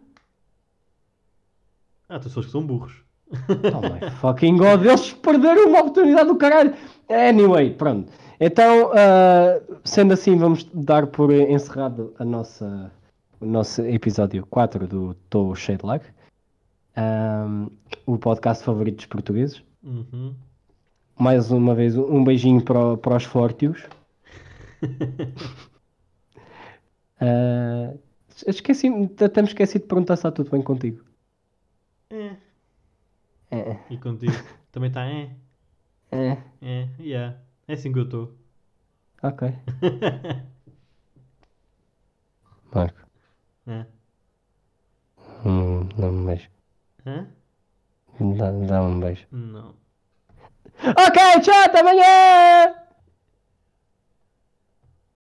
Ah, tu pessoas que são burros.
Oh my fucking god, eles perderam uma oportunidade do caralho. Anyway, pronto. Então, ah, sendo assim, vamos dar por encerrado a nossa, o nosso episódio 4 do Tô Cheio de Lag, Ahm, Ah, o podcast favorito dos portugueses.
Uhum.
Mais uma vez, um beijinho para, o- para os fortios. Ah, esqueci, até me esqueci de perguntar se está tudo bem contigo.
É.
É,
E contigo? Também está é?
é,
É, yeah. É assim que eu estou.
ok. Marco.
Hã?
Hum, dá-me um beijo.
Hã?
Dá- Dá-me um beijo.
Não.
Ok, tchau, até amanhã!